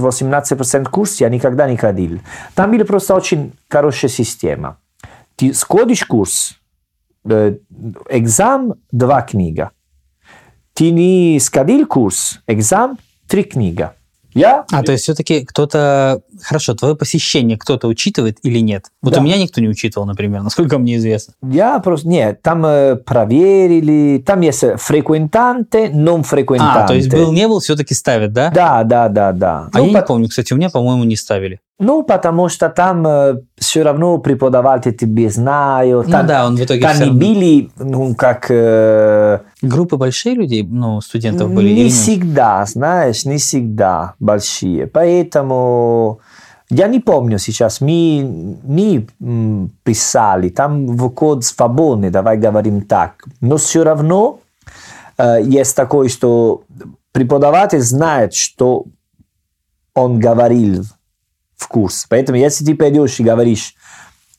[SPEAKER 1] 18% курс я никогда не ходил. Там была просто очень хорошая система. Ты сходишь курс, э, экзам, два книга. Ты не сходил курс, экзам, три книга. Я?
[SPEAKER 2] А, то есть все-таки кто-то... Хорошо, твое посещение кто-то учитывает или нет? Вот
[SPEAKER 1] Да.
[SPEAKER 2] у меня никто не учитывал, например, насколько мне известно.
[SPEAKER 1] Я просто... Нет, там э, проверили, там есть фреквентанте, нон фреквентанте.
[SPEAKER 2] А, то есть был-не был, все-таки ставят, да?
[SPEAKER 1] Да, да, да, да.
[SPEAKER 2] А
[SPEAKER 1] Ну,
[SPEAKER 2] я
[SPEAKER 1] по-
[SPEAKER 2] не помню, кстати, у меня, по-моему, не ставили.
[SPEAKER 1] ну, потому что там все равно преподаватель тебе знают.
[SPEAKER 2] Ну
[SPEAKER 1] там-
[SPEAKER 2] да, он в итоге
[SPEAKER 1] Там
[SPEAKER 2] всё
[SPEAKER 1] не
[SPEAKER 2] равно-
[SPEAKER 1] били, ну, как... э,
[SPEAKER 2] Группы большие людей, ну, студентов были? или
[SPEAKER 1] не
[SPEAKER 2] нет?
[SPEAKER 1] всегда, знаешь, не всегда большие. Поэтому я не помню сейчас, мы, мы м, писали, там в код свободный, давай говорим так. Но все равно э, есть такое, что преподаватель знает, что он говорил в курс. Поэтому если ты придешь и говоришь,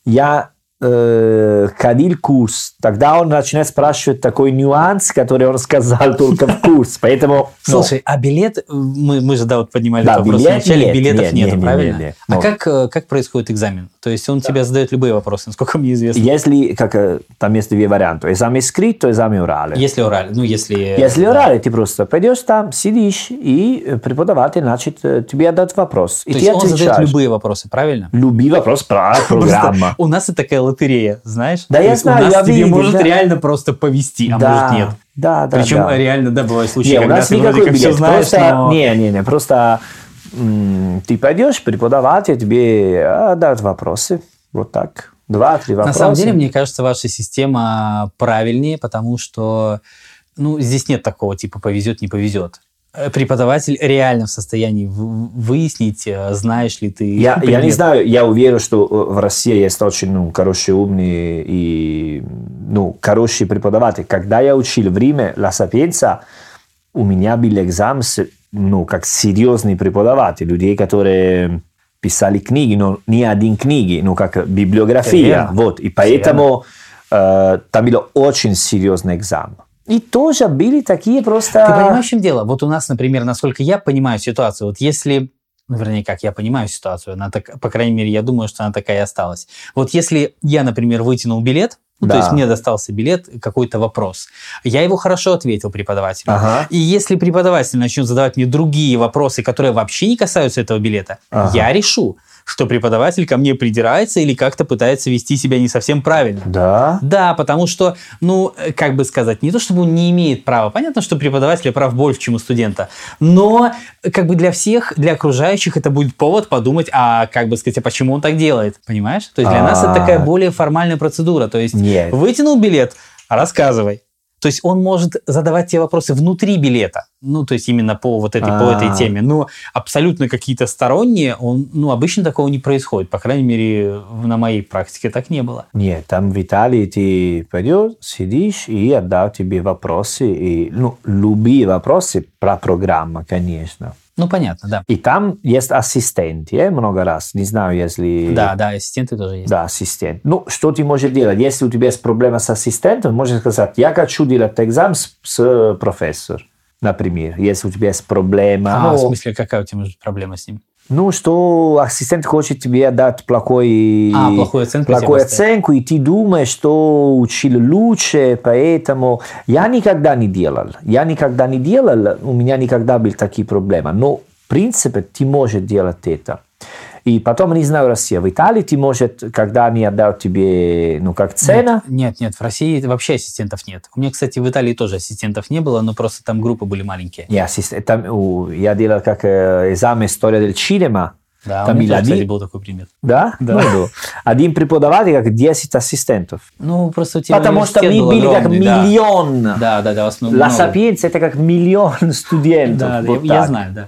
[SPEAKER 1] я э, ходил курс, тогда он начинает спрашивать такой нюанс, который он сказал только в курс. Поэтому... ну,
[SPEAKER 2] Слушай, а билет, э, мы, мы же, да, вот поднимали
[SPEAKER 1] Да,
[SPEAKER 2] этот вопрос
[SPEAKER 1] билет
[SPEAKER 2] вначале,
[SPEAKER 1] нет,
[SPEAKER 2] билетов
[SPEAKER 1] нет,
[SPEAKER 2] нету,
[SPEAKER 1] нет, нет,
[SPEAKER 2] правильно?
[SPEAKER 1] нет, нет.
[SPEAKER 2] А
[SPEAKER 1] Ну.
[SPEAKER 2] как, э, как происходит экзамен? То есть он тебе задает любые вопросы, насколько мне известно.
[SPEAKER 1] Если, как, э, там есть две варианты, экзамен скрытто, экзамен орале.
[SPEAKER 2] Если ораль, ну если...
[SPEAKER 1] Если
[SPEAKER 2] да.
[SPEAKER 1] орале, ты просто пойдешь там, сидишь, и э, преподаватель, значит, э, тебе отдать вопрос. И
[SPEAKER 2] То
[SPEAKER 1] ты
[SPEAKER 2] есть он задает
[SPEAKER 1] отвечаешь.
[SPEAKER 2] любые вопросы, правильно?
[SPEAKER 1] Люби вопрос про
[SPEAKER 2] Просто
[SPEAKER 1] программа.
[SPEAKER 2] У нас и такая лотерея, знаешь?
[SPEAKER 1] Да
[SPEAKER 2] То
[SPEAKER 1] я
[SPEAKER 2] есть
[SPEAKER 1] знаю,
[SPEAKER 2] у нас
[SPEAKER 1] я
[SPEAKER 2] тебе
[SPEAKER 1] видел,
[SPEAKER 2] может
[SPEAKER 1] да.
[SPEAKER 2] реально просто повести, а может нет.
[SPEAKER 1] Да, да,
[SPEAKER 2] Причем
[SPEAKER 1] да.
[SPEAKER 2] реально, да, бывают случаи,
[SPEAKER 1] Не, у
[SPEAKER 2] когда
[SPEAKER 1] нас
[SPEAKER 2] ты вроде
[SPEAKER 1] никакой
[SPEAKER 2] как все
[SPEAKER 1] билет.
[SPEAKER 2] знаешь,
[SPEAKER 1] просто,
[SPEAKER 2] но...
[SPEAKER 1] Не, не, не, просто м, ты пойдешь, преподаватель тебе а, дают вопросы. Вот так. Два-три вопроса.
[SPEAKER 2] На самом деле, мне кажется, ваша система правильнее, потому что ну, здесь нет такого типа повезет, не повезет. Э, Преподаватель реально в состоянии выяснить, э, знаешь ли ты.
[SPEAKER 1] Я, пример. я не знаю, я уверен, что э, в России есть очень ну, хорошие, умные и ну, хорошие преподаватели. Когда я учил в Риме La Sapienza, у меня были экзамены, ну, как серьезные преподаватели, людей, которые писали книги, но не один книги, ну, как библиография. Верно. Вот, и поэтому э, там был очень серьезный экзамен. И тоже были такие просто...
[SPEAKER 2] Ты понимаешь, в чем дело? Вот у нас, например, насколько я понимаю ситуацию, вот если... Ну, вернее, как я понимаю ситуацию, она так, по крайней мере, я думаю, что она такая и осталась. Вот если я, например, вытянул билет, ну, да. То есть мне достался билет, какой-то вопрос. Я его хорошо ответил преподавателю.
[SPEAKER 1] Ага.
[SPEAKER 2] И если преподаватель начнет задавать мне другие вопросы, которые вообще не касаются этого билета, ага. я решу, что преподаватель ко мне придирается или как-то пытается вести себя не совсем правильно.
[SPEAKER 1] Да?
[SPEAKER 2] Да, потому что, ну, как бы сказать, не то чтобы он не имеет права. Понятно, что преподаватель прав больше, чем у студента. Но э, как бы для всех, для окружающих это будет повод подумать, а как бы сказать, а почему он так делает, понимаешь? То есть для а -а -а. нас это такая более формальная процедура. То есть
[SPEAKER 1] нет.
[SPEAKER 2] Вытянул билет, рассказывай. То есть он может задавать тебе вопросы внутри билета, ну то есть именно по вот этой А-а-а. по этой теме. Но абсолютно какие-то сторонние, он, ну обычно такого не происходит, по крайней мере на моей практике так не было.
[SPEAKER 1] Нет, там в Италии ты пойдешь, сидишь и отдал тебе вопросы и ну любые вопросы про программу, конечно.
[SPEAKER 2] Ну, понятно, да.
[SPEAKER 1] И там есть ассистенты, э, много раз. Не знаю, если...
[SPEAKER 2] Да, да, ассистенты тоже есть.
[SPEAKER 1] Да, ассистент. Ну, что ты можешь делать? Если у тебя есть проблема с ассистентом, можешь сказать, я хочу делать экзамен с, с профессором, например. Если у тебя есть проблема...
[SPEAKER 2] А, ну, в смысле, какая у тебя может проблема с ним?
[SPEAKER 1] Ну, что ассистент хочет тебе дать плохой,
[SPEAKER 2] а, плохую оценку,
[SPEAKER 1] плохую оценку, и ты думаешь, что учил лучше, поэтому я никогда не делал. Я никогда не делал, у меня никогда были такие проблемы. Но, в принципе, ты можешь делать это. И потом, не знаю, Россия. В Италии ты, может, когда они отдают тебе, ну, как цена?
[SPEAKER 2] Нет, нет, нет, в России вообще ассистентов нет. У меня, кстати, в Италии тоже ассистентов не было, но просто там группы были маленькие.
[SPEAKER 1] Я, ассист... там, у... я делал как э, экзамен «История del cinema»,
[SPEAKER 2] да, там у меня тоже, один... кстати, был такой пример.
[SPEAKER 1] Да?
[SPEAKER 2] Да.
[SPEAKER 1] Ну, один преподаватель, как 10 ассистентов.
[SPEAKER 2] Ну, просто у тебя
[SPEAKER 1] Потому что мы были огромный, как миллион.
[SPEAKER 2] Да, да, да. да
[SPEAKER 1] Ла Сапиенция – это как миллион студентов.
[SPEAKER 2] Да, вот я, я знаю, да.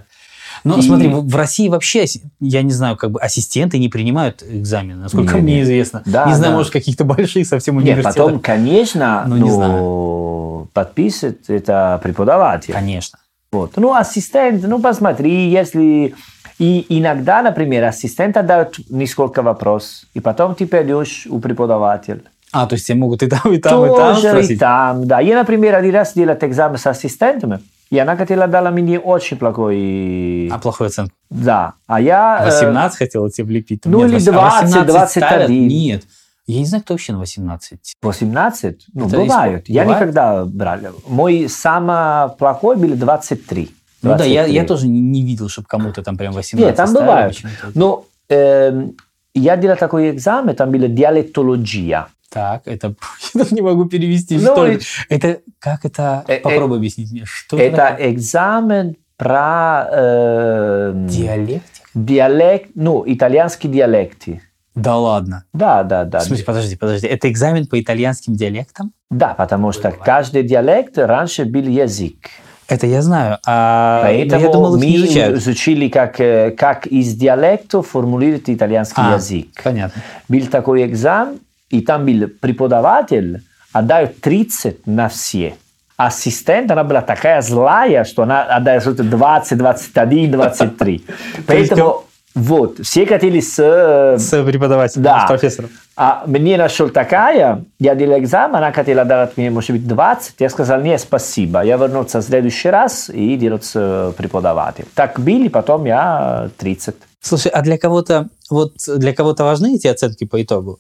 [SPEAKER 2] Ну, и... смотри, в России вообще, я не знаю, как бы ассистенты не принимают экзамены, насколько не, мне не. известно.
[SPEAKER 1] Да,
[SPEAKER 2] не знаю,
[SPEAKER 1] да.
[SPEAKER 2] может, каких-то больших совсем
[SPEAKER 1] Нет,
[SPEAKER 2] университетов.
[SPEAKER 1] потом, конечно,
[SPEAKER 2] ну,
[SPEAKER 1] ну,
[SPEAKER 2] не знаю.
[SPEAKER 1] подписывает это преподаватель.
[SPEAKER 2] Конечно.
[SPEAKER 1] Вот. Ну, ассистент, ну, посмотри, если... И иногда, например, ассистента дают несколько вопросов, и потом ты пойдешь у преподавателя.
[SPEAKER 2] А, то есть тебе могут и там, и там,
[SPEAKER 1] Тоже
[SPEAKER 2] и там спросить?
[SPEAKER 1] и там, да. Я, например, один раз делал экзамен с ассистентами, и она хотела дала мне очень плохой...
[SPEAKER 2] А плохую оценку?
[SPEAKER 1] Да. А я...
[SPEAKER 2] 18 э... хотела тебе влепить.
[SPEAKER 1] Ну или 20,
[SPEAKER 2] а
[SPEAKER 1] 18 21.
[SPEAKER 2] Ставят? Нет. Я не знаю, кто вообще на 18.
[SPEAKER 1] 18? Ну, Это бывают. Исп... Я бывает? никогда брал. Мой самый плохой был 23. 23.
[SPEAKER 2] Ну да, я, я тоже не видел, чтобы кому-то там прям 18
[SPEAKER 1] Нет, там
[SPEAKER 2] ставили,
[SPEAKER 1] бывают. Но э, я делал такой экзамен, там была диалектология.
[SPEAKER 2] Так, это я не могу перевести. Ну, что и... это как это? Э, Попробуй э, объяснить мне, что
[SPEAKER 1] это?
[SPEAKER 2] Это
[SPEAKER 1] экзамен про э,
[SPEAKER 2] диалектик.
[SPEAKER 1] Диалект, ну итальянские диалекты.
[SPEAKER 2] Да ладно.
[SPEAKER 1] Да, да, да.
[SPEAKER 2] В смысле, подожди, подожди. Это экзамен по итальянским диалектам?
[SPEAKER 1] Да, потому что Бывает. каждый диалект раньше был язык.
[SPEAKER 2] Это я знаю. А
[SPEAKER 1] Поэтому
[SPEAKER 2] я думал,
[SPEAKER 1] мы
[SPEAKER 2] изучают.
[SPEAKER 1] изучили, как, э, как из диалектов формулировать итальянский
[SPEAKER 2] а,
[SPEAKER 1] язык.
[SPEAKER 2] Понятно.
[SPEAKER 1] Был такой экзамен, и там был преподаватель, отдает 30 на все. Ассистент, она была такая злая, что она отдает что-то 20, 21, 23. Поэтому вот, все хотели с...
[SPEAKER 2] С преподавателем,
[SPEAKER 1] да.
[SPEAKER 2] с профессором.
[SPEAKER 1] А мне нашел такая, я делал экзамен, она хотела дать мне, может быть, 20, я сказал, нет, спасибо, я вернулся в следующий раз и делал с преподавателем. Так били, потом я 30.
[SPEAKER 2] Слушай, а для кого-то вот для кого-то важны эти оценки по итогу?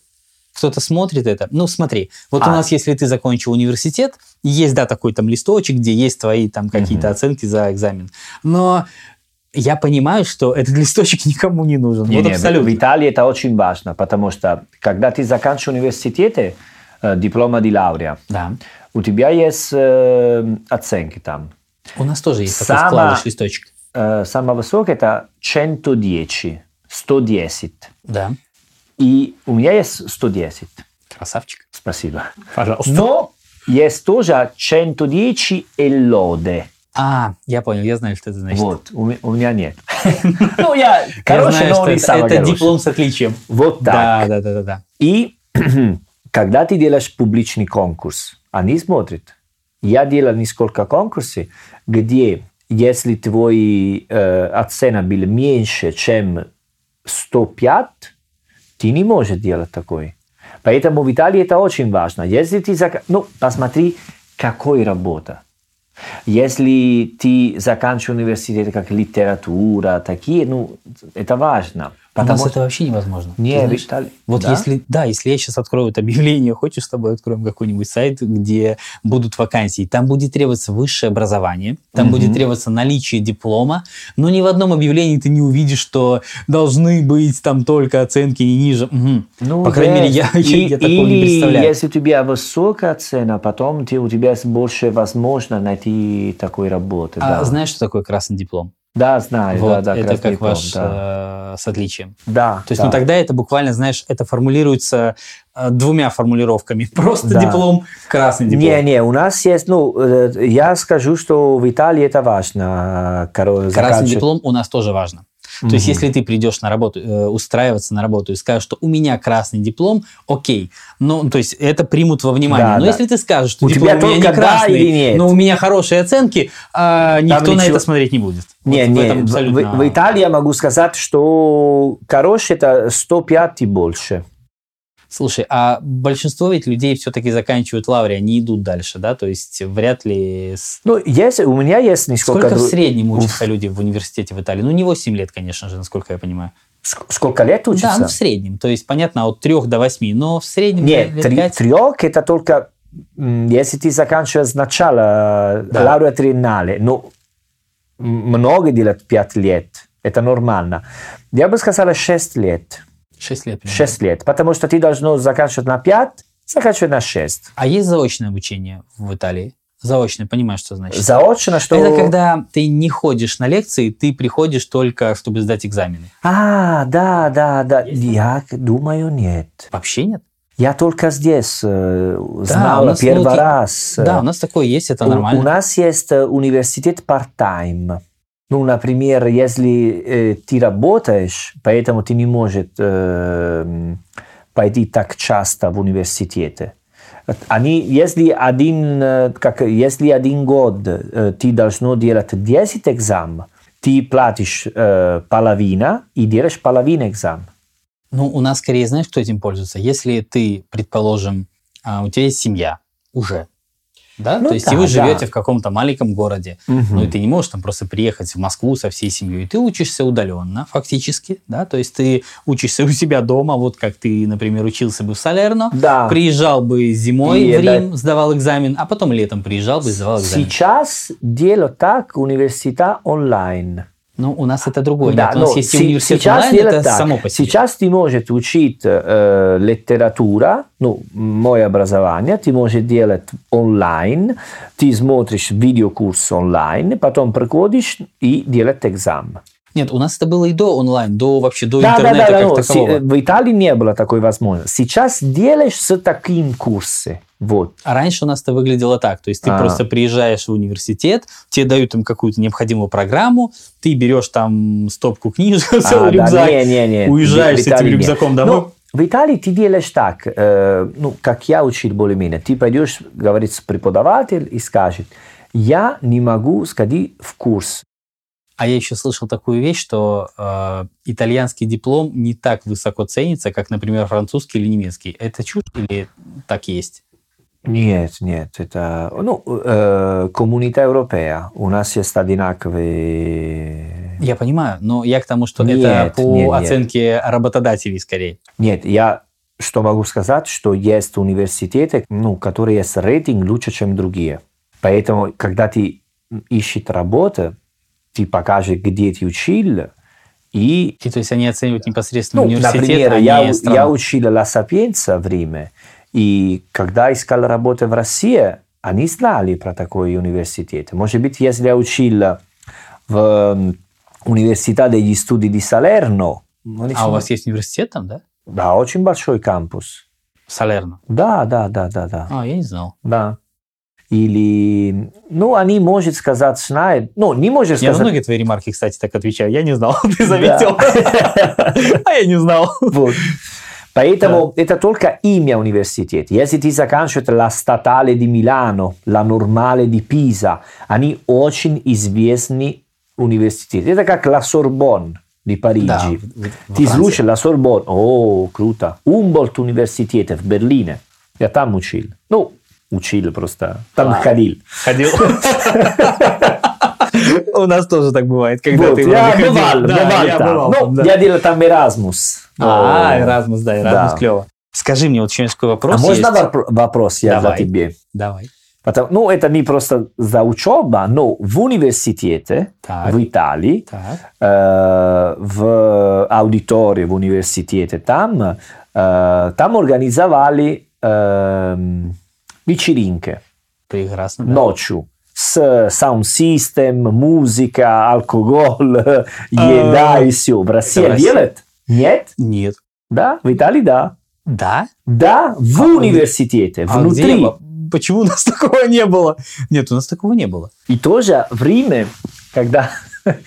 [SPEAKER 2] кто-то смотрит это. Ну, смотри, вот а. у нас, если ты закончил университет, есть, да, такой там листочек, где есть твои там какие-то угу. оценки за экзамен. Но я понимаю, что этот листочек никому не нужен.
[SPEAKER 1] Не,
[SPEAKER 2] вот
[SPEAKER 1] не,
[SPEAKER 2] абсолютно.
[SPEAKER 1] В Италии это очень важно, потому что когда ты заканчиваешь университеты, э, диплома ди лауреа,
[SPEAKER 2] да.
[SPEAKER 1] у тебя есть э, оценки там.
[SPEAKER 2] У нас тоже есть Сама, такой вкладыш листочек.
[SPEAKER 1] Э, самая высокая это 110, 110.
[SPEAKER 2] Да.
[SPEAKER 1] И у меня есть 110.
[SPEAKER 2] Красавчик.
[SPEAKER 1] Спасибо.
[SPEAKER 2] Пожалуйста.
[SPEAKER 1] Но Есть тоже 110 и лоде.
[SPEAKER 2] А, я понял, я знаю, что это значит.
[SPEAKER 1] Вот, у, ме- у меня нет. Ну, я,
[SPEAKER 2] Я
[SPEAKER 1] короче,
[SPEAKER 2] знаю,
[SPEAKER 1] но
[SPEAKER 2] что
[SPEAKER 1] не
[SPEAKER 2] это,
[SPEAKER 1] самый
[SPEAKER 2] это
[SPEAKER 1] хороший.
[SPEAKER 2] диплом с отличием.
[SPEAKER 1] Вот так.
[SPEAKER 2] Да, да, да, да, да.
[SPEAKER 1] И когда ты делаешь публичный конкурс, они смотрят. Я делал несколько конкурсов, где если твои э, оценки были меньше, чем 105, ты не можешь делать такой. Поэтому в Италии это очень важно. Если ты... зак- Ну, посмотри, какой работа. Если ты заканчиваешь университет как литература, такие, ну, это важно.
[SPEAKER 2] А У
[SPEAKER 1] Потому
[SPEAKER 2] нас
[SPEAKER 1] что...
[SPEAKER 2] это вообще невозможно.
[SPEAKER 1] Не,
[SPEAKER 2] Ты
[SPEAKER 1] в
[SPEAKER 2] знаешь,
[SPEAKER 1] Италии-
[SPEAKER 2] Вот
[SPEAKER 1] Да?
[SPEAKER 2] если, да, если я сейчас открою это объявление, хочешь, с тобой откроем какой-нибудь сайт, где будут вакансии, там будет требоваться высшее образование, там
[SPEAKER 1] Мгм.
[SPEAKER 2] будет требоваться наличие диплома, но ни в одном объявлении ты не увидишь, что должны быть там только оценки не ниже. Мгм.
[SPEAKER 1] Ну,
[SPEAKER 2] По крайней мере, я- я-
[SPEAKER 1] И-
[SPEAKER 2] я такого не
[SPEAKER 1] или
[SPEAKER 2] представляю.
[SPEAKER 1] если у тебя высокая цена, потом ты, у тебя есть больше возможность найти такой работы.
[SPEAKER 2] А
[SPEAKER 1] да.
[SPEAKER 2] знаешь, что такое красный диплом?
[SPEAKER 1] да, знаю.
[SPEAKER 2] вот,
[SPEAKER 1] да, да,
[SPEAKER 2] это
[SPEAKER 1] красный
[SPEAKER 2] как
[SPEAKER 1] дом,
[SPEAKER 2] ваш
[SPEAKER 1] Да.
[SPEAKER 2] э, с отличием.
[SPEAKER 1] да,
[SPEAKER 2] То есть,
[SPEAKER 1] да.
[SPEAKER 2] ну тогда это буквально, знаешь, это формулируется э, двумя формулировками. Просто
[SPEAKER 1] Да.
[SPEAKER 2] диплом, красный диплом.
[SPEAKER 1] Не, не, у нас есть, ну, э, я скажу, что в Италии это важно. э, коро-
[SPEAKER 2] Красный
[SPEAKER 1] заканчивать.
[SPEAKER 2] диплом у нас тоже важно. То есть,
[SPEAKER 1] Мгм.
[SPEAKER 2] если ты придешь на работу, э, устраиваться на работу и скажешь, что у меня красный диплом, окей. Ну, то есть, это примут во внимание.
[SPEAKER 1] Да,
[SPEAKER 2] но
[SPEAKER 1] да.
[SPEAKER 2] если ты скажешь, что
[SPEAKER 1] У
[SPEAKER 2] диплом
[SPEAKER 1] тебя
[SPEAKER 2] у меня не
[SPEAKER 1] только да
[SPEAKER 2] красный,
[SPEAKER 1] или нет?
[SPEAKER 2] но у меня хорошие оценки, а, никто на
[SPEAKER 1] ничего-
[SPEAKER 2] это смотреть не будет.
[SPEAKER 1] Не,
[SPEAKER 2] Вот в
[SPEAKER 1] не,
[SPEAKER 2] этом
[SPEAKER 1] в-
[SPEAKER 2] абсолютно-
[SPEAKER 1] в, в Италии я могу сказать, что хороший это 105 и больше.
[SPEAKER 2] Слушай, а большинство ведь людей все-таки заканчивают лаври, они идут дальше, да? То есть, вряд ли... с-
[SPEAKER 1] Ну, есть, у меня есть
[SPEAKER 2] Сколько,
[SPEAKER 1] несколько...
[SPEAKER 2] в
[SPEAKER 1] дру-
[SPEAKER 2] среднем учатся люди в университете в Италии? Ну, не 8 лет, конечно же, насколько я понимаю.
[SPEAKER 1] Ск- Сколько лет учатся?
[SPEAKER 2] Да, ну в среднем. То есть, понятно, от 3 до 8, но в среднем
[SPEAKER 1] Нет,
[SPEAKER 2] лет
[SPEAKER 1] три,
[SPEAKER 2] пять.
[SPEAKER 1] трёх это только м, если ты заканчиваешь сначала
[SPEAKER 2] Да.
[SPEAKER 1] да. лауреа триеннале, но м, много делают пять лет, это нормально. Я бы сказала шесть лет,
[SPEAKER 2] 6 лет. примерно.
[SPEAKER 1] шесть лет, потому что ты должно заканчивать на пять, заканчивать на шесть.
[SPEAKER 2] А есть заочное обучение в Италии? Заочное, понимаешь, что значит?
[SPEAKER 1] Заочно, что...
[SPEAKER 2] Это когда ты не ходишь на лекции, ты приходишь только, чтобы сдать экзамены.
[SPEAKER 1] А, да, да, да.
[SPEAKER 2] Есть
[SPEAKER 1] Я думаю, нет.
[SPEAKER 2] Вообще нет?
[SPEAKER 1] Я только здесь э,
[SPEAKER 2] Да,
[SPEAKER 1] знала
[SPEAKER 2] у нас
[SPEAKER 1] первый
[SPEAKER 2] науки-
[SPEAKER 1] раз. э,
[SPEAKER 2] Да, у нас такое есть, это
[SPEAKER 1] У-
[SPEAKER 2] нормально.
[SPEAKER 1] У нас есть э, университет part-time. Ну, например, если э, ты работаешь, поэтому ты не можешь э, м, пойти так часто в университет. Они, если один, э, как, если один год э, ты должно делать 10 экзамен, ты платишь э, половина и делаешь половину экзамен.
[SPEAKER 2] Ну, у нас скорее, знаешь, кто этим пользуется? Если ты, предположим, а, у тебя есть семья уже, да?
[SPEAKER 1] Ну
[SPEAKER 2] То есть
[SPEAKER 1] да,
[SPEAKER 2] и вы
[SPEAKER 1] да.
[SPEAKER 2] живете в каком-то маленьком городе, Ну, и ты не можешь там просто приехать в Москву со всей семьей. И ты учишься удаленно, фактически, да? То есть ты учишься у себя дома, вот как ты, например, учился бы в Салерно,
[SPEAKER 1] Да.
[SPEAKER 2] приезжал бы зимой
[SPEAKER 1] И,
[SPEAKER 2] в
[SPEAKER 1] да.
[SPEAKER 2] Рим, сдавал экзамен, а потом летом приезжал бы и сдавал экзамен.
[SPEAKER 1] Сейчас делаю так университет онлайн.
[SPEAKER 2] Ну, у нас это другое.
[SPEAKER 1] Да,
[SPEAKER 2] Нет, у нас
[SPEAKER 1] но
[SPEAKER 2] есть и
[SPEAKER 1] се-
[SPEAKER 2] университет
[SPEAKER 1] сейчас
[SPEAKER 2] онлайн,
[SPEAKER 1] дело
[SPEAKER 2] это
[SPEAKER 1] так.
[SPEAKER 2] само по себе.
[SPEAKER 1] Сейчас ты можешь учить э, литература, ну, мое образование, ты можешь делать онлайн, ты смотришь видеокурс онлайн, потом приходишь и делаешь экзамен.
[SPEAKER 2] Нет, у нас это было и до онлайн, до вообще до
[SPEAKER 1] Да, да,
[SPEAKER 2] интернета
[SPEAKER 1] да, да,
[SPEAKER 2] как
[SPEAKER 1] ну,
[SPEAKER 2] такового.
[SPEAKER 1] си- в Италии не было такой возможности. Сейчас делаешь с таким курсом. Вот.
[SPEAKER 2] А раньше у нас это выглядело так. То есть ты
[SPEAKER 1] А.
[SPEAKER 2] просто приезжаешь в университет, тебе дают там какую-то необходимую программу, ты берешь там стопку книжек, целый
[SPEAKER 1] А, да,
[SPEAKER 2] рюкзак,
[SPEAKER 1] не, не, не,
[SPEAKER 2] уезжаешь
[SPEAKER 1] в
[SPEAKER 2] с этим
[SPEAKER 1] Италии нет.
[SPEAKER 2] рюкзаком домой.
[SPEAKER 1] Ну, в Италии ты делаешь так, э, ну, как я учил более-менее. Ты пойдешь, говорит преподаватель и скажет, я не могу сходить в курс.
[SPEAKER 2] А я еще слышал такую вещь, что э, итальянский диплом не так высоко ценится, как, например, французский или немецкий. Это чушь или так есть?
[SPEAKER 1] Нет, нет, это... Ну, э, коммунита европея. У нас есть одинаковые...
[SPEAKER 2] Я понимаю, но я к тому, что это
[SPEAKER 1] Нет,
[SPEAKER 2] по
[SPEAKER 1] нет, нет.
[SPEAKER 2] оценке работодателей скорее.
[SPEAKER 1] Нет, я что могу сказать, что есть университеты, ну, которые есть рейтинг лучше, чем другие. Поэтому, когда ты ищешь работу, ты покажешь, где ты учил, и
[SPEAKER 2] И то есть они оценивают непосредственно
[SPEAKER 1] ну,
[SPEAKER 2] университет,
[SPEAKER 1] например,
[SPEAKER 2] а не
[SPEAKER 1] я,
[SPEAKER 2] страну.
[SPEAKER 1] я учил Ла Сапиенца в Риме, и когда искал работу в России, они знали про такой университет. Может быть, если я учил в университете degli studi di Salerno, они
[SPEAKER 2] А
[SPEAKER 1] см-
[SPEAKER 2] у вас есть университет там, да?
[SPEAKER 1] да, очень большой кампус.
[SPEAKER 2] Салерно.
[SPEAKER 1] Да, да, да, да, да.
[SPEAKER 2] А, я не знал.
[SPEAKER 1] да. или, ну, они, может сказать, знают, ну, не может
[SPEAKER 2] Я на
[SPEAKER 1] сказать,
[SPEAKER 2] многие твои ремарки, кстати, так отвечаю. Я не знал, ты заметил. А я не знал.
[SPEAKER 1] Вот. Поэтому это только имя университета. Если ты заканчиваешь la Statale di Milano, la Normale di Pisa, они очень известны университеты. Это как la Sorbonne di Parigi.
[SPEAKER 2] Да, в- в- во
[SPEAKER 1] ты
[SPEAKER 2] Франции.
[SPEAKER 1] слушаешь la Sorbonne, Oh, о, круто. Умбольт университет в Берлине. Я там учил. Ну, учил просто. Там
[SPEAKER 2] Ладно.
[SPEAKER 1] ходил.
[SPEAKER 2] Ходил. У нас тоже так бывает, когда
[SPEAKER 1] Вот,
[SPEAKER 2] ты
[SPEAKER 1] я
[SPEAKER 2] вроде ходил.
[SPEAKER 1] бывал,
[SPEAKER 2] Да,
[SPEAKER 1] бывал
[SPEAKER 2] я
[SPEAKER 1] там.
[SPEAKER 2] бывал
[SPEAKER 1] Ну,
[SPEAKER 2] там, да.
[SPEAKER 1] я делал там Erasmus. Oh.
[SPEAKER 2] А,
[SPEAKER 1] О.
[SPEAKER 2] Эразмус, да, Эразмус
[SPEAKER 1] Да.
[SPEAKER 2] клево. Скажи мне, вот еще такой вопрос
[SPEAKER 1] А можно
[SPEAKER 2] есть.
[SPEAKER 1] вопро- вопрос я
[SPEAKER 2] Давай.
[SPEAKER 1] за тебе?
[SPEAKER 2] Давай.
[SPEAKER 1] Потому, ну, это не просто за учеба, но в университете
[SPEAKER 2] Так.
[SPEAKER 1] в Италии,
[SPEAKER 2] Так.
[SPEAKER 1] э, в аудитории в университете, там, э, там организовали эм, вечеринки
[SPEAKER 2] Прекрасно. да.
[SPEAKER 1] ночью с саунд-систем, музыка, алкоголь, еда и все. В
[SPEAKER 2] в
[SPEAKER 1] России
[SPEAKER 2] России.
[SPEAKER 1] делают? Нет?
[SPEAKER 2] Нет.
[SPEAKER 1] Да? В Италии да.
[SPEAKER 2] Да?
[SPEAKER 1] Да, в
[SPEAKER 2] А где-
[SPEAKER 1] университете,
[SPEAKER 2] А
[SPEAKER 1] внутри.
[SPEAKER 2] где? Почему у нас такого не было? Нет, у нас такого не было.
[SPEAKER 1] И тоже время, когда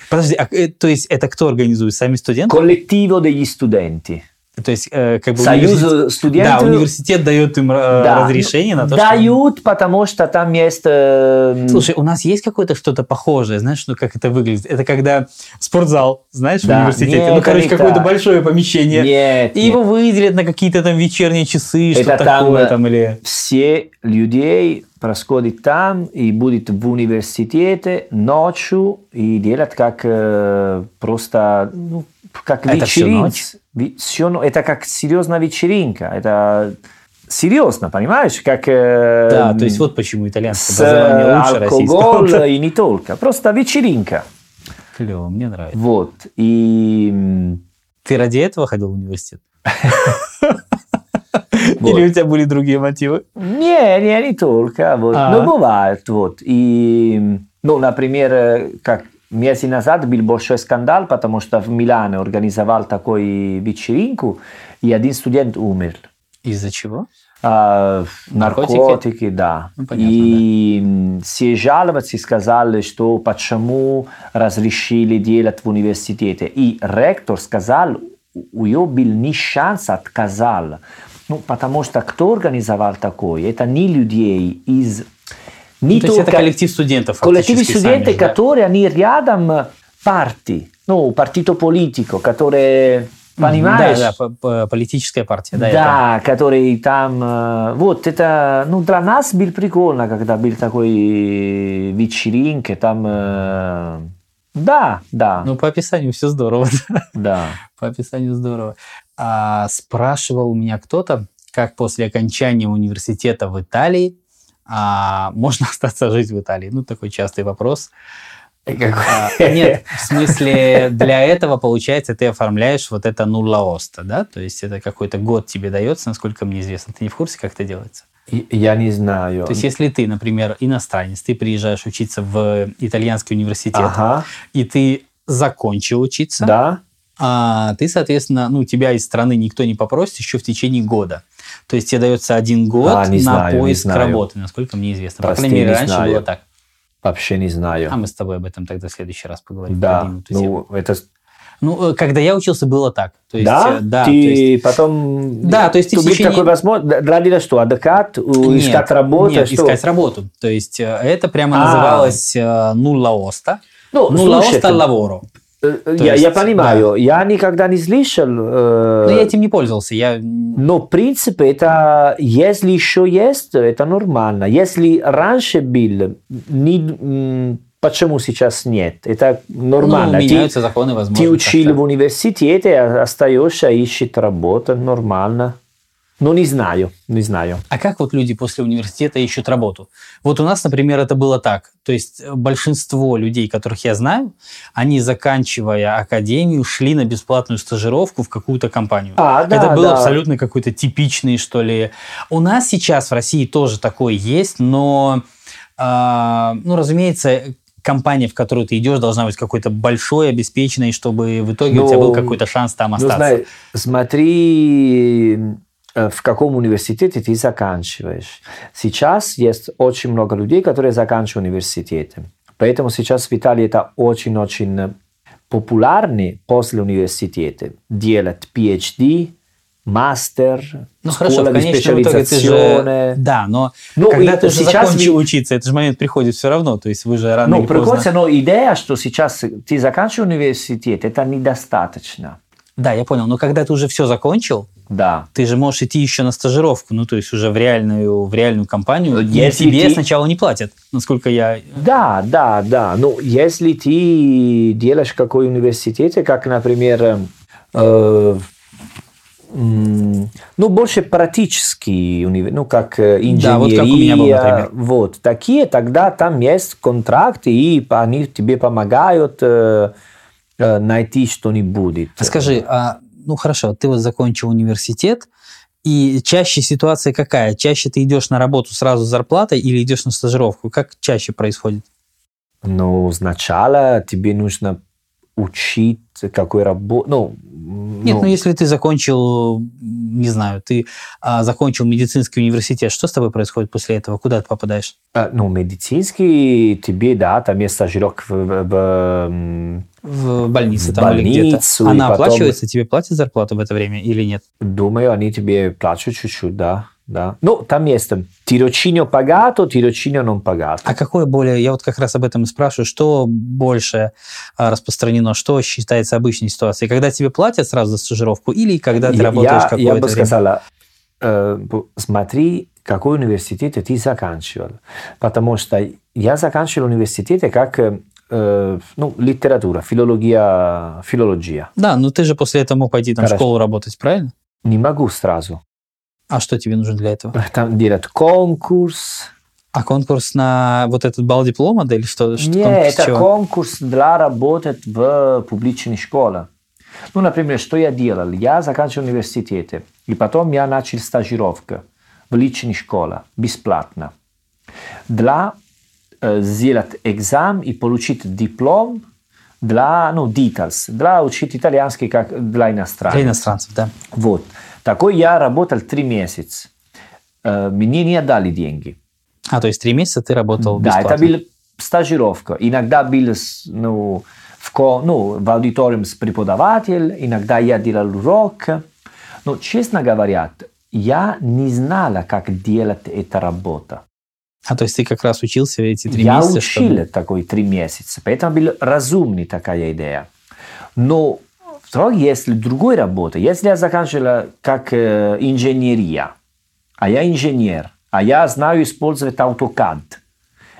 [SPEAKER 2] Подожди, а, э, то есть это кто организует? Сами студенты?
[SPEAKER 1] коллективо degli studenti.
[SPEAKER 2] То есть э, как бы университет-
[SPEAKER 1] Союз студентов
[SPEAKER 2] Да, университет дает им э,
[SPEAKER 1] Да.
[SPEAKER 2] разрешение на то, что...
[SPEAKER 1] дают, потому что там есть... э,
[SPEAKER 2] Слушай, у нас есть какое-то что-то похожее, знаешь, ну как это выглядит? Это когда спортзал, знаешь,
[SPEAKER 1] Да.
[SPEAKER 2] в университете,
[SPEAKER 1] Нет,
[SPEAKER 2] ну короче,
[SPEAKER 1] это не
[SPEAKER 2] какое-то
[SPEAKER 1] так.
[SPEAKER 2] большое помещение,
[SPEAKER 1] нет,
[SPEAKER 2] и
[SPEAKER 1] нет.
[SPEAKER 2] его выделят на какие-то там вечерние часы,
[SPEAKER 1] Это
[SPEAKER 2] что-то
[SPEAKER 1] там,
[SPEAKER 2] такое
[SPEAKER 1] э,
[SPEAKER 2] там или...
[SPEAKER 1] Все людей происходит там и будет в университете ночью и делать как э, просто ну, как
[SPEAKER 2] Это всю
[SPEAKER 1] вечеринка.
[SPEAKER 2] ночь?
[SPEAKER 1] Ви- всё но- это как серьезная вечеринка. Это серьезно, понимаешь? Как, э,
[SPEAKER 2] Да, то есть вот почему итальянское
[SPEAKER 1] с э,
[SPEAKER 2] образование лучше
[SPEAKER 1] алкоголь
[SPEAKER 2] российского.
[SPEAKER 1] и не только. Просто вечеринка.
[SPEAKER 2] Клево, мне нравится.
[SPEAKER 1] Вот. И м,
[SPEAKER 2] Ты ради этого ходил в университет?
[SPEAKER 1] Вот.
[SPEAKER 2] Или у тебя были другие мотивы?
[SPEAKER 1] не, не, не только. Вот.
[SPEAKER 2] А.
[SPEAKER 1] Но бывает. Вот. И, м, ну, например, э, как месяц назад был большой скандал, потому что в Милане организовал такой вечеринку, и один студент умер.
[SPEAKER 2] Из-за чего?
[SPEAKER 1] А, в-
[SPEAKER 2] Наркотики?
[SPEAKER 1] наркотики, да.
[SPEAKER 2] Ну, понятно,
[SPEAKER 1] и м, все жаловаться и сказали, что почему разрешили делать в университете. И ректор сказал, у ее был не шанс, отказал. Ну, потому что кто организовал такое? Это не людей из... Не
[SPEAKER 2] Ну, то есть это
[SPEAKER 1] только-
[SPEAKER 2] коллектив студентов
[SPEAKER 1] коллективы
[SPEAKER 2] фактически сами
[SPEAKER 1] студенты,
[SPEAKER 2] же, да?
[SPEAKER 1] которые они рядом э, партии, ну, партито политико, которые, понимаешь?
[SPEAKER 2] Да, да, по- по- политическая партия. Да,
[SPEAKER 1] Да, который там... э, Вот это... Ну, для нас был прикольно, когда был такой э, вечеринка, там... э, Да, да,
[SPEAKER 2] это- Ну, по описанию все здорово.
[SPEAKER 1] да.
[SPEAKER 2] По описанию здорово. А, спрашивал меня кто-то, как после окончания университета в Италии а, можно остаться жить в Италии. Ну, такой частый вопрос. А, нет, в смысле, для этого, получается, ты оформляешь вот это нуллаоста, да? То есть это какой-то год тебе дается, насколько мне известно. Ты не в курсе, как это делается?
[SPEAKER 1] Я не знаю.
[SPEAKER 2] То есть если ты, например, иностранец, ты приезжаешь учиться в итальянский университет,
[SPEAKER 1] Ага,
[SPEAKER 2] и ты закончил учиться,
[SPEAKER 1] да.
[SPEAKER 2] а ты, соответственно, ну, тебя из страны никто не попросит еще в течение года. То есть тебе дается один год
[SPEAKER 1] А, не
[SPEAKER 2] на
[SPEAKER 1] знаю, не
[SPEAKER 2] поиск
[SPEAKER 1] знаю.
[SPEAKER 2] работы, насколько мне известно.
[SPEAKER 1] Прости,
[SPEAKER 2] По крайней мере,
[SPEAKER 1] не
[SPEAKER 2] раньше
[SPEAKER 1] знаю.
[SPEAKER 2] было так.
[SPEAKER 1] Вообще не знаю.
[SPEAKER 2] А мы с тобой об этом тогда в следующий раз поговорим.
[SPEAKER 1] Да,
[SPEAKER 2] Поднимем эту тему.
[SPEAKER 1] ну, это...
[SPEAKER 2] Ну, э, когда я учился, было так. То есть,
[SPEAKER 1] да?
[SPEAKER 2] э, да,
[SPEAKER 1] ты
[SPEAKER 2] то есть-
[SPEAKER 1] потом...
[SPEAKER 2] Да, то есть ты
[SPEAKER 1] ты
[SPEAKER 2] в течение-
[SPEAKER 1] такой возможность... Для тебя что, адвокат, у-
[SPEAKER 2] Нет,
[SPEAKER 1] искать работу?
[SPEAKER 2] нет,
[SPEAKER 1] что?
[SPEAKER 2] искать работу. То есть э, это прямо
[SPEAKER 1] А.
[SPEAKER 2] называлось э, нуллаоста.
[SPEAKER 1] Ну, слушай,
[SPEAKER 2] Нуллаоста
[SPEAKER 1] ты-
[SPEAKER 2] лаворо.
[SPEAKER 1] Э,
[SPEAKER 2] То
[SPEAKER 1] Я, я
[SPEAKER 2] есть,
[SPEAKER 1] понимаю, я никогда не слышал... э,
[SPEAKER 2] Но Ну, я этим не пользовался. Я...
[SPEAKER 1] Но, в принципе, это, если еще есть, это нормально. Если раньше был, не, м, почему сейчас нет? Это
[SPEAKER 2] Ну,
[SPEAKER 1] нормально. А ты,
[SPEAKER 2] меняются законы, возможно.
[SPEAKER 1] ты
[SPEAKER 2] как-то.
[SPEAKER 1] учил в университете, а- остаешься, ищет работу, нормально. Ну, не знаю, не знаю.
[SPEAKER 2] А как вот люди после университета ищут работу? Вот у нас, например, это было так. То есть э, большинство людей, которых я знаю, они, заканчивая академию, шли на бесплатную стажировку в какую-то компанию.
[SPEAKER 1] А, да,
[SPEAKER 2] это был
[SPEAKER 1] да.
[SPEAKER 2] абсолютно какой-то типичный, что ли. У нас сейчас в России тоже такое есть, но, а, ну, разумеется, компания, в которую ты идешь, должна быть какой-то большой, обеспеченной, чтобы в итоге у тебя
[SPEAKER 1] Ну,
[SPEAKER 2] был какой-то шанс там
[SPEAKER 1] Ну,
[SPEAKER 2] остаться.
[SPEAKER 1] знаю, смотри, э, в каком университете ты заканчиваешь. Сейчас есть очень много людей, которые заканчивают университеты. Поэтому сейчас в Италии это очень-очень э, популярны после университета делать PhD, мастер,
[SPEAKER 2] Ну
[SPEAKER 1] школа
[SPEAKER 2] хорошо, в
[SPEAKER 1] di
[SPEAKER 2] конечном итоге ты же...
[SPEAKER 1] specializzazione.
[SPEAKER 2] Да, но
[SPEAKER 1] Ну,
[SPEAKER 2] когда
[SPEAKER 1] и
[SPEAKER 2] ты уже
[SPEAKER 1] сейчас
[SPEAKER 2] закончил
[SPEAKER 1] ви-
[SPEAKER 2] учиться, этот же момент приходит все равно. То есть вы же рано
[SPEAKER 1] Ну,
[SPEAKER 2] или поздно...
[SPEAKER 1] приходится, но идея, что сейчас ты заканчиваешь университет, это недостаточно.
[SPEAKER 2] Да, я понял. Но когда ты уже все закончил,
[SPEAKER 1] Да.
[SPEAKER 2] ты же можешь идти еще на стажировку, ну, то есть уже в реальную, в реальную компанию. И
[SPEAKER 1] Если
[SPEAKER 2] Ну, тебе
[SPEAKER 1] ты-
[SPEAKER 2] сначала не платят, насколько я...
[SPEAKER 1] Да, да, да. Ну, если ты делаешь какой университет, как, например, эм, э, м, ну, больше практический универ, ну, как э, инженерия.
[SPEAKER 2] Да, вот как у меня был, например.
[SPEAKER 1] Вот, такие, тогда там есть контракты, и они тебе помогают э, э, найти что-нибудь.
[SPEAKER 2] А скажи, а, ну, хорошо, ты вот закончил университет, и чаще ситуация какая? Чаще ты идешь на работу сразу с зарплатой или идешь на стажировку? Как чаще происходит?
[SPEAKER 1] Ну, сначала тебе нужно учить, какой работу... Ну,
[SPEAKER 2] Нет, ну, если ты закончил, м, не знаю, ты а, закончил медицинский университет, что с тобой происходит после этого? Куда ты попадаешь?
[SPEAKER 1] Э, Ну, медицинский тебе, да, там есть стажировка в, в- в, м,
[SPEAKER 2] В больнице
[SPEAKER 1] В
[SPEAKER 2] там или
[SPEAKER 1] больницу,
[SPEAKER 2] где-то.
[SPEAKER 1] и
[SPEAKER 2] Она
[SPEAKER 1] потом-
[SPEAKER 2] оплачивается, тебе платят зарплату в это время или нет?
[SPEAKER 1] думаю, они тебе плачут чуть-чуть, да, да. Ну, там есть там, тирочинio pagato, тирочинio non pagato.
[SPEAKER 2] А какое более, я вот как раз об этом и спрашиваю, что больше а, распространено, что считается обычной ситуацией, когда тебе платят сразу за стажировку или когда ты
[SPEAKER 1] Я-
[SPEAKER 2] работаешь
[SPEAKER 1] я,
[SPEAKER 2] какое-то
[SPEAKER 1] я бы
[SPEAKER 2] время?
[SPEAKER 1] сказала, э, бу- смотри, какой университет ты заканчивал. Потому что я заканчивал университеты как э, э, ну, литература, филология, филология.
[SPEAKER 2] Да, но ты же после этого мог пойти там в
[SPEAKER 1] Хорошо.
[SPEAKER 2] школу работать, правильно?
[SPEAKER 1] Не могу сразу.
[SPEAKER 2] А что тебе нужно для этого?
[SPEAKER 1] Там делать конкурс,
[SPEAKER 2] А конкурс на вот этот бал диплома, да, или что? что
[SPEAKER 1] Не,
[SPEAKER 2] конкурс
[SPEAKER 1] это
[SPEAKER 2] чего?
[SPEAKER 1] конкурс для работы в публичной школе. Ну, например, что я делал? Я заканчивал университеты, и потом я начал стажировку в личной школе, бесплатно. Для э, сделать экзамен и получить диплом для, ну, no, details, для учить итальянский как для иностранцев.
[SPEAKER 2] Для иностранцев, да.
[SPEAKER 1] Вот. Такой я работал три месяца. Э, Мне не отдали деньги.
[SPEAKER 2] А, то есть три месяца ты работал
[SPEAKER 1] Да,
[SPEAKER 2] бесплатно.
[SPEAKER 1] это была стажировка. Иногда был с- ну, в, ко- ну, в аудиториум с преподавателем, иногда я делал урок. Но, честно говоря, я не знала, как делать эта работа.
[SPEAKER 2] А, то есть ты как раз учился эти три
[SPEAKER 1] я
[SPEAKER 2] месяца?
[SPEAKER 1] учил
[SPEAKER 2] чтобы-
[SPEAKER 1] такой три месяца, поэтому была разумная такая идея. Но вдруг, если другой работа, если я заканчивала как э, инженерия, а я инженер, а я знаю использовать AutoCAD.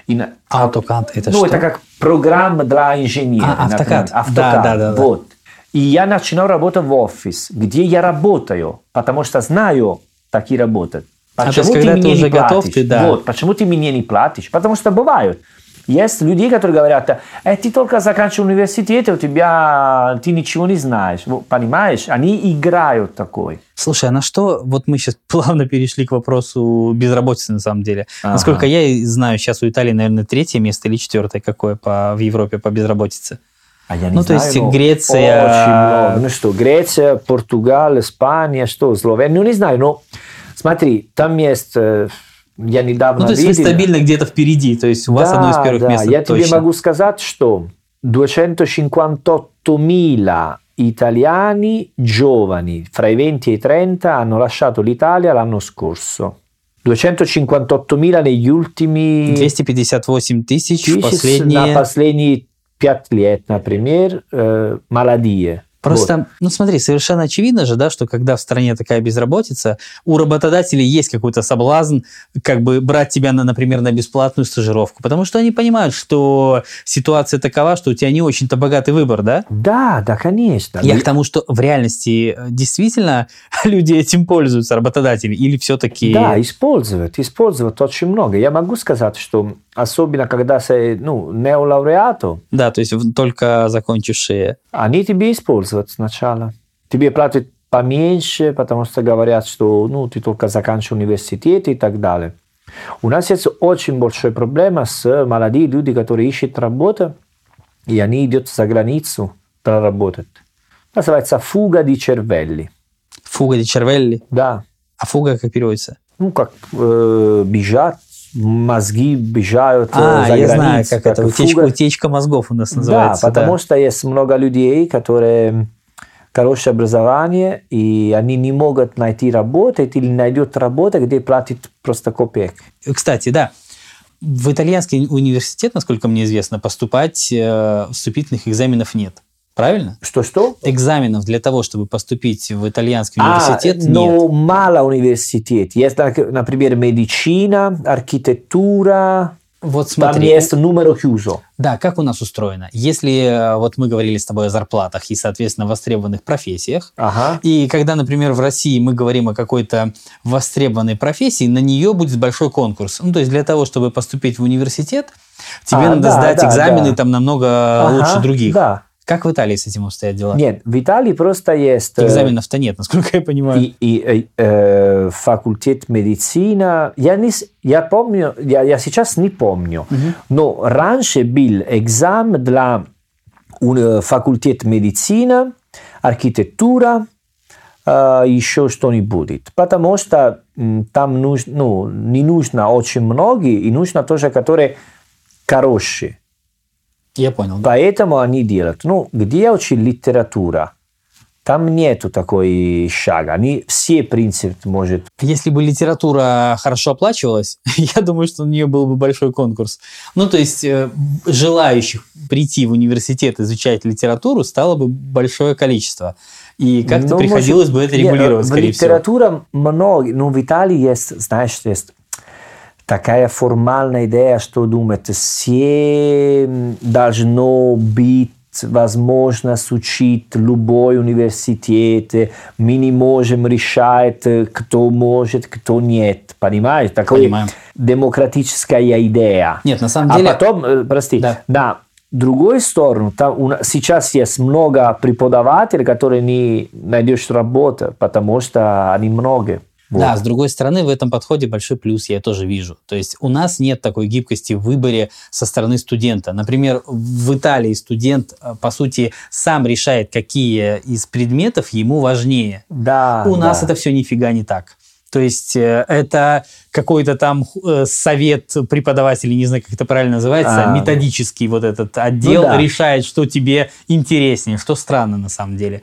[SPEAKER 1] И на-
[SPEAKER 2] Автокант, А, это
[SPEAKER 1] ну,
[SPEAKER 2] что?
[SPEAKER 1] это как программа для инженера.
[SPEAKER 2] А,
[SPEAKER 1] например,
[SPEAKER 2] AutoCAD. Да, да, да, да.
[SPEAKER 1] Вот. И я начинал работать в офис, где я работаю, потому что знаю такие работы.
[SPEAKER 2] А, то есть, когда ты уже готов,
[SPEAKER 1] платишь?
[SPEAKER 2] ты, да.
[SPEAKER 1] Вот, почему ты мне не платишь? Потому что бывают. Есть люди, которые говорят, э, ты только заканчивал университет, у тебя ты ничего не знаешь. Вот, Понимаешь? Они играют такой.
[SPEAKER 2] Слушай, а на что, вот мы сейчас плавно перешли к вопросу безработицы на самом деле.
[SPEAKER 1] Ага.
[SPEAKER 2] Насколько я и знаю, сейчас у Италии, наверное, третье место или четвертое какое по, в Европе по безработице.
[SPEAKER 1] А я
[SPEAKER 2] Ну, то есть
[SPEAKER 1] ну,
[SPEAKER 2] Греция-
[SPEAKER 1] Очень много. Ну что, Греция, Португалия, Испания, что, Словения, ну не знаю, но смотри, там есть, э, я недавно
[SPEAKER 2] Ну, то есть вы
[SPEAKER 1] видел.
[SPEAKER 2] стабильно где-то впереди, то есть у вас
[SPEAKER 1] Да,
[SPEAKER 2] одно из первых
[SPEAKER 1] да,
[SPEAKER 2] мест это
[SPEAKER 1] Я тебе
[SPEAKER 2] точно.
[SPEAKER 1] могу сказать, что 258.000 italiani giovani fra i 20 e i 30 hanno lasciato l'Italia l'anno scorso. 258.000 negli ultimi
[SPEAKER 2] 258 тысяч в
[SPEAKER 1] Кризис
[SPEAKER 2] последние...
[SPEAKER 1] на последние пять лет, например, э, молодые.
[SPEAKER 2] Просто, ну смотри, совершенно очевидно же, да, что когда в стране такая безработица, у работодателей есть какой-то соблазн, как бы брать тебя, на, например, на бесплатную стажировку, потому что они понимают, что ситуация такова, что у тебя не очень-то богатый выбор, да?
[SPEAKER 1] Вот. Да, да, ну конечно.
[SPEAKER 2] Я к тому, что в реальности э, действительно люди этим пользуются, работодатели, или все-таки...
[SPEAKER 1] Да, использовать, использовать очень много. Я могу сказать, что особенно когда ты ну, неолауреату,
[SPEAKER 2] Да, то есть в- только закончившие.
[SPEAKER 1] А они тебе используют сначала. Тебе платят поменьше, потому что говорят, что ну, ты только заканчивал университет и так далее. У нас есть очень большая проблема с молодыми людьми, которые ищут работу, и они идут за границу проработать. Называется фуга ди червелли.
[SPEAKER 2] Фуга Червелли.
[SPEAKER 1] Да.
[SPEAKER 2] А фуга как переводится?
[SPEAKER 1] Ну, как э, бежать, мозги бежают э,
[SPEAKER 2] А,
[SPEAKER 1] за
[SPEAKER 2] я
[SPEAKER 1] границу,
[SPEAKER 2] знаю, как, это утечка,
[SPEAKER 1] фуга.
[SPEAKER 2] утечка мозгов у нас называется.
[SPEAKER 1] Да, потому что есть много людей, которые хорошее образование, и они не могут найти работу или найдет работу, где платит просто копеек.
[SPEAKER 2] Кстати, да, в итальянский университет, насколько мне известно, поступать э, вступительных экзаменов нет. Правильно?
[SPEAKER 1] Что-что?
[SPEAKER 2] Экзаменов для того, чтобы поступить в итальянский
[SPEAKER 1] А,
[SPEAKER 2] университет, нет.
[SPEAKER 1] но мало университет. Есть, так, например, медицина, архитектура,
[SPEAKER 2] Вот
[SPEAKER 1] там
[SPEAKER 2] смотри,
[SPEAKER 1] есть numero chiuso.
[SPEAKER 2] да, как у нас устроено? Если э, вот мы говорили с тобой о зарплатах и, соответственно, востребованных профессиях,
[SPEAKER 1] Ага.
[SPEAKER 2] И когда, например, в России мы говорим о какой-то востребованной профессии, на нее будет большой конкурс. Ну, то есть для того, чтобы поступить в университет, тебе
[SPEAKER 1] А,
[SPEAKER 2] надо
[SPEAKER 1] да,
[SPEAKER 2] сдать
[SPEAKER 1] да,
[SPEAKER 2] экзамены
[SPEAKER 1] да.
[SPEAKER 2] там намного
[SPEAKER 1] Ага,
[SPEAKER 2] лучше других.
[SPEAKER 1] Да.
[SPEAKER 2] Как в Италии с этим обстоят дела?
[SPEAKER 1] Нет, в Италии просто есть... э,
[SPEAKER 2] Экзаменов-то нет, насколько я понимаю.
[SPEAKER 1] И, и, э, э, факультет медицина. Я, не, с- я помню, я, я сейчас не помню,
[SPEAKER 2] Мгм.
[SPEAKER 1] но раньше был экзамен для уни- факультет медицина, архитектура, э, еще что-нибудь. Потому что м, там нужно, ну, не нужно очень многие, и нужно тоже, которые хорошие.
[SPEAKER 2] Я понял. да.
[SPEAKER 1] Поэтому они делают. Ну, где очень литература? Там нету такой шага. Они все принцип может.
[SPEAKER 2] Если бы литература хорошо оплачивалась, я думаю, что на нее был бы большой конкурс. Ну, то есть э, желающих прийти в университет изучать литературу стало бы большое количество. И как-то
[SPEAKER 1] Ну,
[SPEAKER 2] приходилось
[SPEAKER 1] может,
[SPEAKER 2] бы это
[SPEAKER 1] не,
[SPEAKER 2] регулировать,
[SPEAKER 1] в
[SPEAKER 2] скорее всего.
[SPEAKER 1] литература много. Ну, в Италии есть, знаешь, есть такая формальная идея, что думают, все м, должно быть возможность учить любой университет, э, мы не можем решать, э, кто может, кто нет. Понимаешь? Такая
[SPEAKER 2] Понимаю.
[SPEAKER 1] демократическая идея.
[SPEAKER 2] Нет, на самом
[SPEAKER 1] А
[SPEAKER 2] деле...
[SPEAKER 1] потом, э, прости,
[SPEAKER 2] Да.
[SPEAKER 1] на другую сторону, там у нас- сейчас есть много преподавателей, которые не найдешь работу, потому что они много. Вот.
[SPEAKER 2] Да, с другой стороны, в этом подходе большой плюс я тоже вижу. То есть у нас нет такой гибкости в выборе со стороны студента. Например, в Италии студент, э, по сути, сам решает, какие из предметов ему важнее.
[SPEAKER 1] Да,
[SPEAKER 2] у нас
[SPEAKER 1] А, да.
[SPEAKER 2] это все нифига не так. То есть э, это какой-то там э, совет преподавателей, не знаю, как это правильно называется,
[SPEAKER 1] А.
[SPEAKER 2] методический вот этот отдел
[SPEAKER 1] Ну да.
[SPEAKER 2] решает, что тебе интереснее, что странно на самом деле.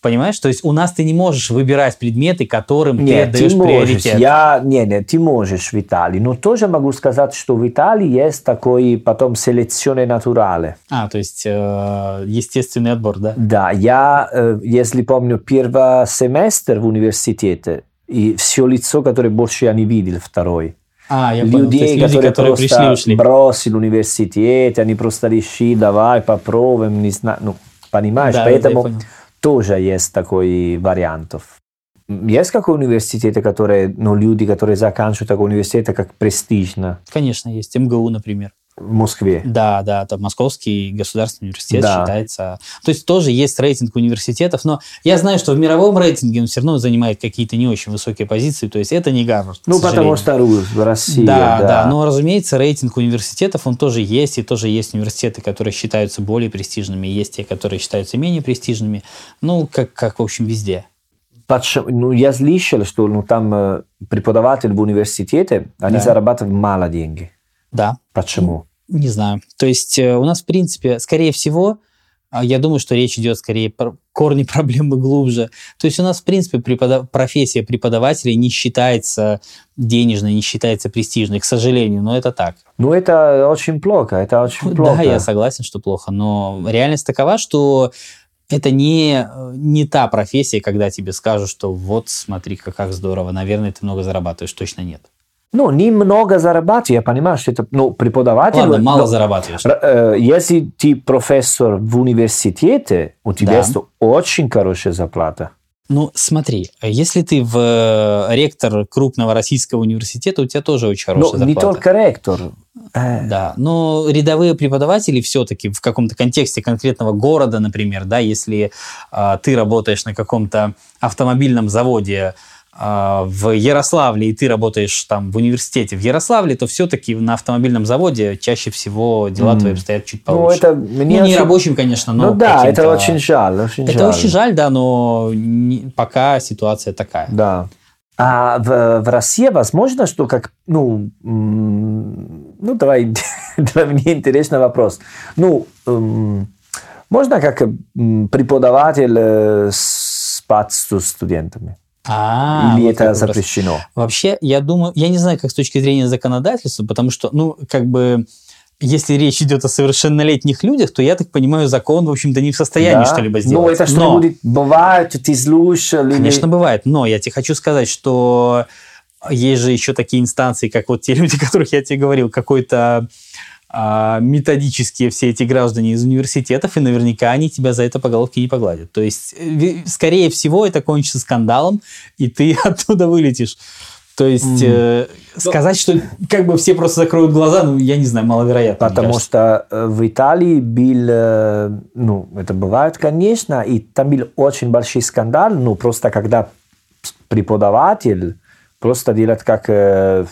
[SPEAKER 2] Понимаешь? То есть у нас ты не можешь выбирать предметы, которым
[SPEAKER 1] Нет,
[SPEAKER 2] ты отдаешь
[SPEAKER 1] ты можешь.
[SPEAKER 2] приоритет.
[SPEAKER 1] Я, не, не, ты можешь в Италии. Но тоже могу сказать, что в Италии есть такой потом селекционе натурале.
[SPEAKER 2] А, то есть э, естественный отбор, да?
[SPEAKER 1] Да, я, э, если помню, первый семестр в университете, и все лицо, которое больше я не видел, второй.
[SPEAKER 2] А, я понял. То есть
[SPEAKER 1] людей,
[SPEAKER 2] люди, которые,
[SPEAKER 1] просто
[SPEAKER 2] пришли, ушли.
[SPEAKER 1] бросили университет, они просто решили, давай попробуем, не знаю, ну, понимаешь,
[SPEAKER 2] Да, да, да, я
[SPEAKER 1] поэтому
[SPEAKER 2] понял.
[SPEAKER 1] тоже есть такой вариантов. Есть какой университет, которые, ну, люди, которые заканчивают такой университет, как престижно
[SPEAKER 2] Конечно, есть МГУ, например.
[SPEAKER 1] в Москве?
[SPEAKER 2] Да, да, там Московский государственный университет
[SPEAKER 1] Да.
[SPEAKER 2] считается. То есть тоже есть рейтинг университетов, но я знаю, что в мировом рейтинге он все равно занимает какие-то не очень высокие позиции, то есть это не Гарвард. к
[SPEAKER 1] Ну, потому
[SPEAKER 2] сожалению.
[SPEAKER 1] что Рус, Россия,
[SPEAKER 2] Да, да, но, разумеется, рейтинг университетов, он тоже есть, и тоже есть университеты, которые считаются более престижными, есть те, которые считаются менее престижными, ну, как, как в общем, везде.
[SPEAKER 1] Почему- Ну, я слышал, что ну, там э, преподаватели в университете, они
[SPEAKER 2] Да.
[SPEAKER 1] зарабатывают мало денег.
[SPEAKER 2] Да,
[SPEAKER 1] Почему?
[SPEAKER 2] Не знаю. То есть э, у нас, в принципе, скорее всего, а, я думаю, что речь идет скорее про корни проблемы глубже. То есть у нас, в принципе, препода- профессия преподавателя не считается денежной, не считается престижной, к сожалению, но это так.
[SPEAKER 1] Ну, это очень плохо, это очень плохо.
[SPEAKER 2] Да, я согласен, что плохо, но реальность такова, что это не, э, не та профессия, когда тебе скажут, что вот смотри-ка, как здорово, наверное, ты много зарабатываешь, точно нет.
[SPEAKER 1] Ну, немного зарабатываю, я понимаю, что это, ну, преподаватель...
[SPEAKER 2] Ладно, мало
[SPEAKER 1] но,
[SPEAKER 2] зарабатываешь.
[SPEAKER 1] р- э, если ты профессор в университете, у тебя
[SPEAKER 2] Да.
[SPEAKER 1] есть очень хорошая зарплата.
[SPEAKER 2] Ну, смотри, если ты в э, ректор крупного российского университета, у тебя тоже очень
[SPEAKER 1] Но
[SPEAKER 2] хорошая
[SPEAKER 1] Ну, не
[SPEAKER 2] зарплата.
[SPEAKER 1] только ректор. Э,
[SPEAKER 2] Да, но рядовые преподаватели все-таки в каком-то контексте конкретного города, например, да, если а, ты работаешь на каком-то автомобильном заводе а, в Ярославле, и ты работаешь там в университете в Ярославле, то все-таки на автомобильном заводе чаще всего дела
[SPEAKER 1] Мгм.
[SPEAKER 2] твои обстоят чуть
[SPEAKER 1] ну,
[SPEAKER 2] получше.
[SPEAKER 1] это
[SPEAKER 2] Ну,
[SPEAKER 1] мне...
[SPEAKER 2] не
[SPEAKER 1] очень-
[SPEAKER 2] рабочим, конечно, но
[SPEAKER 1] ну, да, это
[SPEAKER 2] каким-то-
[SPEAKER 1] очень жаль, очень
[SPEAKER 2] Это
[SPEAKER 1] жаль.
[SPEAKER 2] очень жаль, да, но не- пока ситуация такая.
[SPEAKER 1] Да. А в, в России возможно, что как, ну, м, ну давай, для меня интересный вопрос. Ну, эм, можно как м, преподаватель э, спать со студентами?
[SPEAKER 2] А,
[SPEAKER 1] Или
[SPEAKER 2] вот
[SPEAKER 1] это
[SPEAKER 2] как раз.
[SPEAKER 1] запрещено?
[SPEAKER 2] Вообще, я думаю, я не знаю, как с точки зрения законодательства, потому что, ну, как бы, если речь идет о совершеннолетних людях, то я так понимаю, закон, в общем-то, не в состоянии
[SPEAKER 1] Да.
[SPEAKER 2] что-либо сделать.
[SPEAKER 1] Ну, это
[SPEAKER 2] Но-
[SPEAKER 1] что-нибудь бывает, ты слушал? или-
[SPEAKER 2] Конечно, бывает, но я тебе хочу сказать, что есть же еще такие инстанции, как вот те люди, о которых я тебе говорил, какой-то а, методические все эти граждане из университетов, и наверняка они тебя за это по головке не погладят. То есть, э, ви- скорее всего, это кончится скандалом, и ты оттуда вылетишь. То есть,
[SPEAKER 1] Мгм. Ну,
[SPEAKER 2] э, сказать, что как бы все просто закроют глаза, ну, я не знаю, маловероятно. мне
[SPEAKER 1] Потому
[SPEAKER 2] кажется.
[SPEAKER 1] что э, в Италии был, э, ну, это бывает, конечно, и там был очень большой скандал, ну, просто когда преподаватель просто делает как э,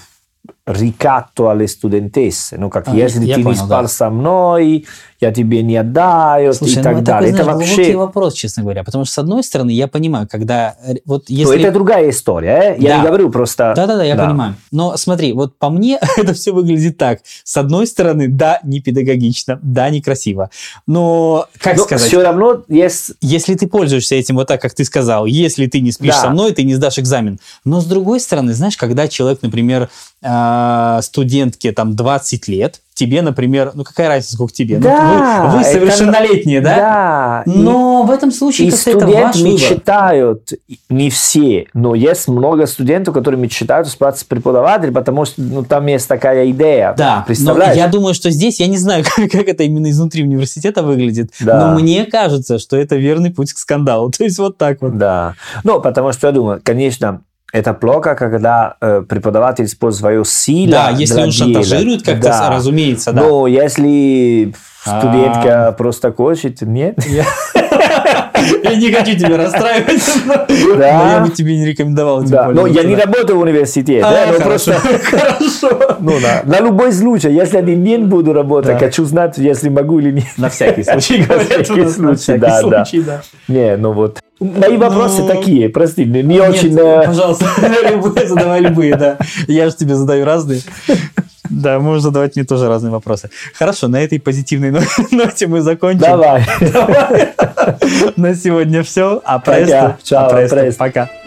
[SPEAKER 1] рикатто alle студентesse, ну, как
[SPEAKER 2] А,
[SPEAKER 1] если
[SPEAKER 2] я
[SPEAKER 1] ты не
[SPEAKER 2] понял,
[SPEAKER 1] спал
[SPEAKER 2] да.
[SPEAKER 1] со мной, я тебе не отдаю
[SPEAKER 2] Слушай,
[SPEAKER 1] и
[SPEAKER 2] ну,
[SPEAKER 1] так
[SPEAKER 2] это
[SPEAKER 1] далее.
[SPEAKER 2] такой,
[SPEAKER 1] это
[SPEAKER 2] знаешь,
[SPEAKER 1] вообще...
[SPEAKER 2] глубокий вопрос, честно говоря. Потому что, с одной стороны, я понимаю, когда... э, Вот
[SPEAKER 1] То
[SPEAKER 2] если...
[SPEAKER 1] Ну, это другая история, э? я
[SPEAKER 2] Да.
[SPEAKER 1] не говорю просто...
[SPEAKER 2] Да-да-да, я понимаю. Но смотри, вот по мне это все выглядит так. С одной стороны, да, не педагогично, да, некрасиво. Но, как
[SPEAKER 1] Но
[SPEAKER 2] сказать,
[SPEAKER 1] все равно есть
[SPEAKER 2] если ты пользуешься этим вот так, как ты сказал, если ты не спишь
[SPEAKER 1] Да.
[SPEAKER 2] со мной, ты не сдашь экзамен. Но, с другой стороны, знаешь, когда человек, например, э, студентке там 20 лет, тебе, например, ну какая разница, сколько тебе? Ну,
[SPEAKER 1] Да,
[SPEAKER 2] вы, вы
[SPEAKER 1] это-
[SPEAKER 2] совершеннолетние, да? Ну,
[SPEAKER 1] Да, и-
[SPEAKER 2] Но в этом
[SPEAKER 1] И
[SPEAKER 2] случае как-то это ваш
[SPEAKER 1] студенты
[SPEAKER 2] выбор.
[SPEAKER 1] мечтают, не все, но есть много студентов, которые мечтают спать с преподавателем, потому что ну, там есть такая идея.
[SPEAKER 2] Да, но
[SPEAKER 1] представляешь?
[SPEAKER 2] я думаю, что здесь, я не знаю, как, как это именно изнутри университета выглядит,
[SPEAKER 1] Да.
[SPEAKER 2] но мне кажется, что это верный путь к скандалу. То есть вот так вот.
[SPEAKER 1] Да. Ну, потому что я думаю, конечно, это плохо, когда э, преподаватель использует свою силу.
[SPEAKER 2] Да, если
[SPEAKER 1] для
[SPEAKER 2] он
[SPEAKER 1] дела.
[SPEAKER 2] шантажирует как-то,
[SPEAKER 1] Да. Ну.
[SPEAKER 2] разумеется, да.
[SPEAKER 1] Но если
[SPEAKER 2] А.
[SPEAKER 1] студентка просто хочет, нет.
[SPEAKER 2] Я... я не хочу тебя расстраивать, но, но я бы тебе не рекомендовал. тем
[SPEAKER 1] Да.
[SPEAKER 2] более,
[SPEAKER 1] Но я не
[SPEAKER 2] туда.
[SPEAKER 1] работаю в университете.
[SPEAKER 2] А,
[SPEAKER 1] да, но
[SPEAKER 2] хорошо,
[SPEAKER 1] просто
[SPEAKER 2] хорошо.
[SPEAKER 1] Ну, да. На любой случай, если один день буду работать,
[SPEAKER 2] Да.
[SPEAKER 1] хочу знать, если могу или нет.
[SPEAKER 2] На всякий случай,
[SPEAKER 1] На
[SPEAKER 2] говорят у
[SPEAKER 1] всякий
[SPEAKER 2] нас, на
[SPEAKER 1] случай,
[SPEAKER 2] всякий
[SPEAKER 1] да, да.
[SPEAKER 2] случай, да.
[SPEAKER 1] Не, ну вот. Мои
[SPEAKER 2] Ну,
[SPEAKER 1] вопросы такие, прости, не, не
[SPEAKER 2] Нет,
[SPEAKER 1] очень... э,
[SPEAKER 2] пожалуйста, любые, задавай любые, да. Я же тебе задаю разные. Да, можешь задавать мне тоже разные вопросы. Хорошо, на этой позитивной но- ноте мы закончим.
[SPEAKER 1] Давай.
[SPEAKER 2] На сегодня все. А престо,
[SPEAKER 1] Чао,
[SPEAKER 2] а престо.
[SPEAKER 1] престо.
[SPEAKER 2] Пока.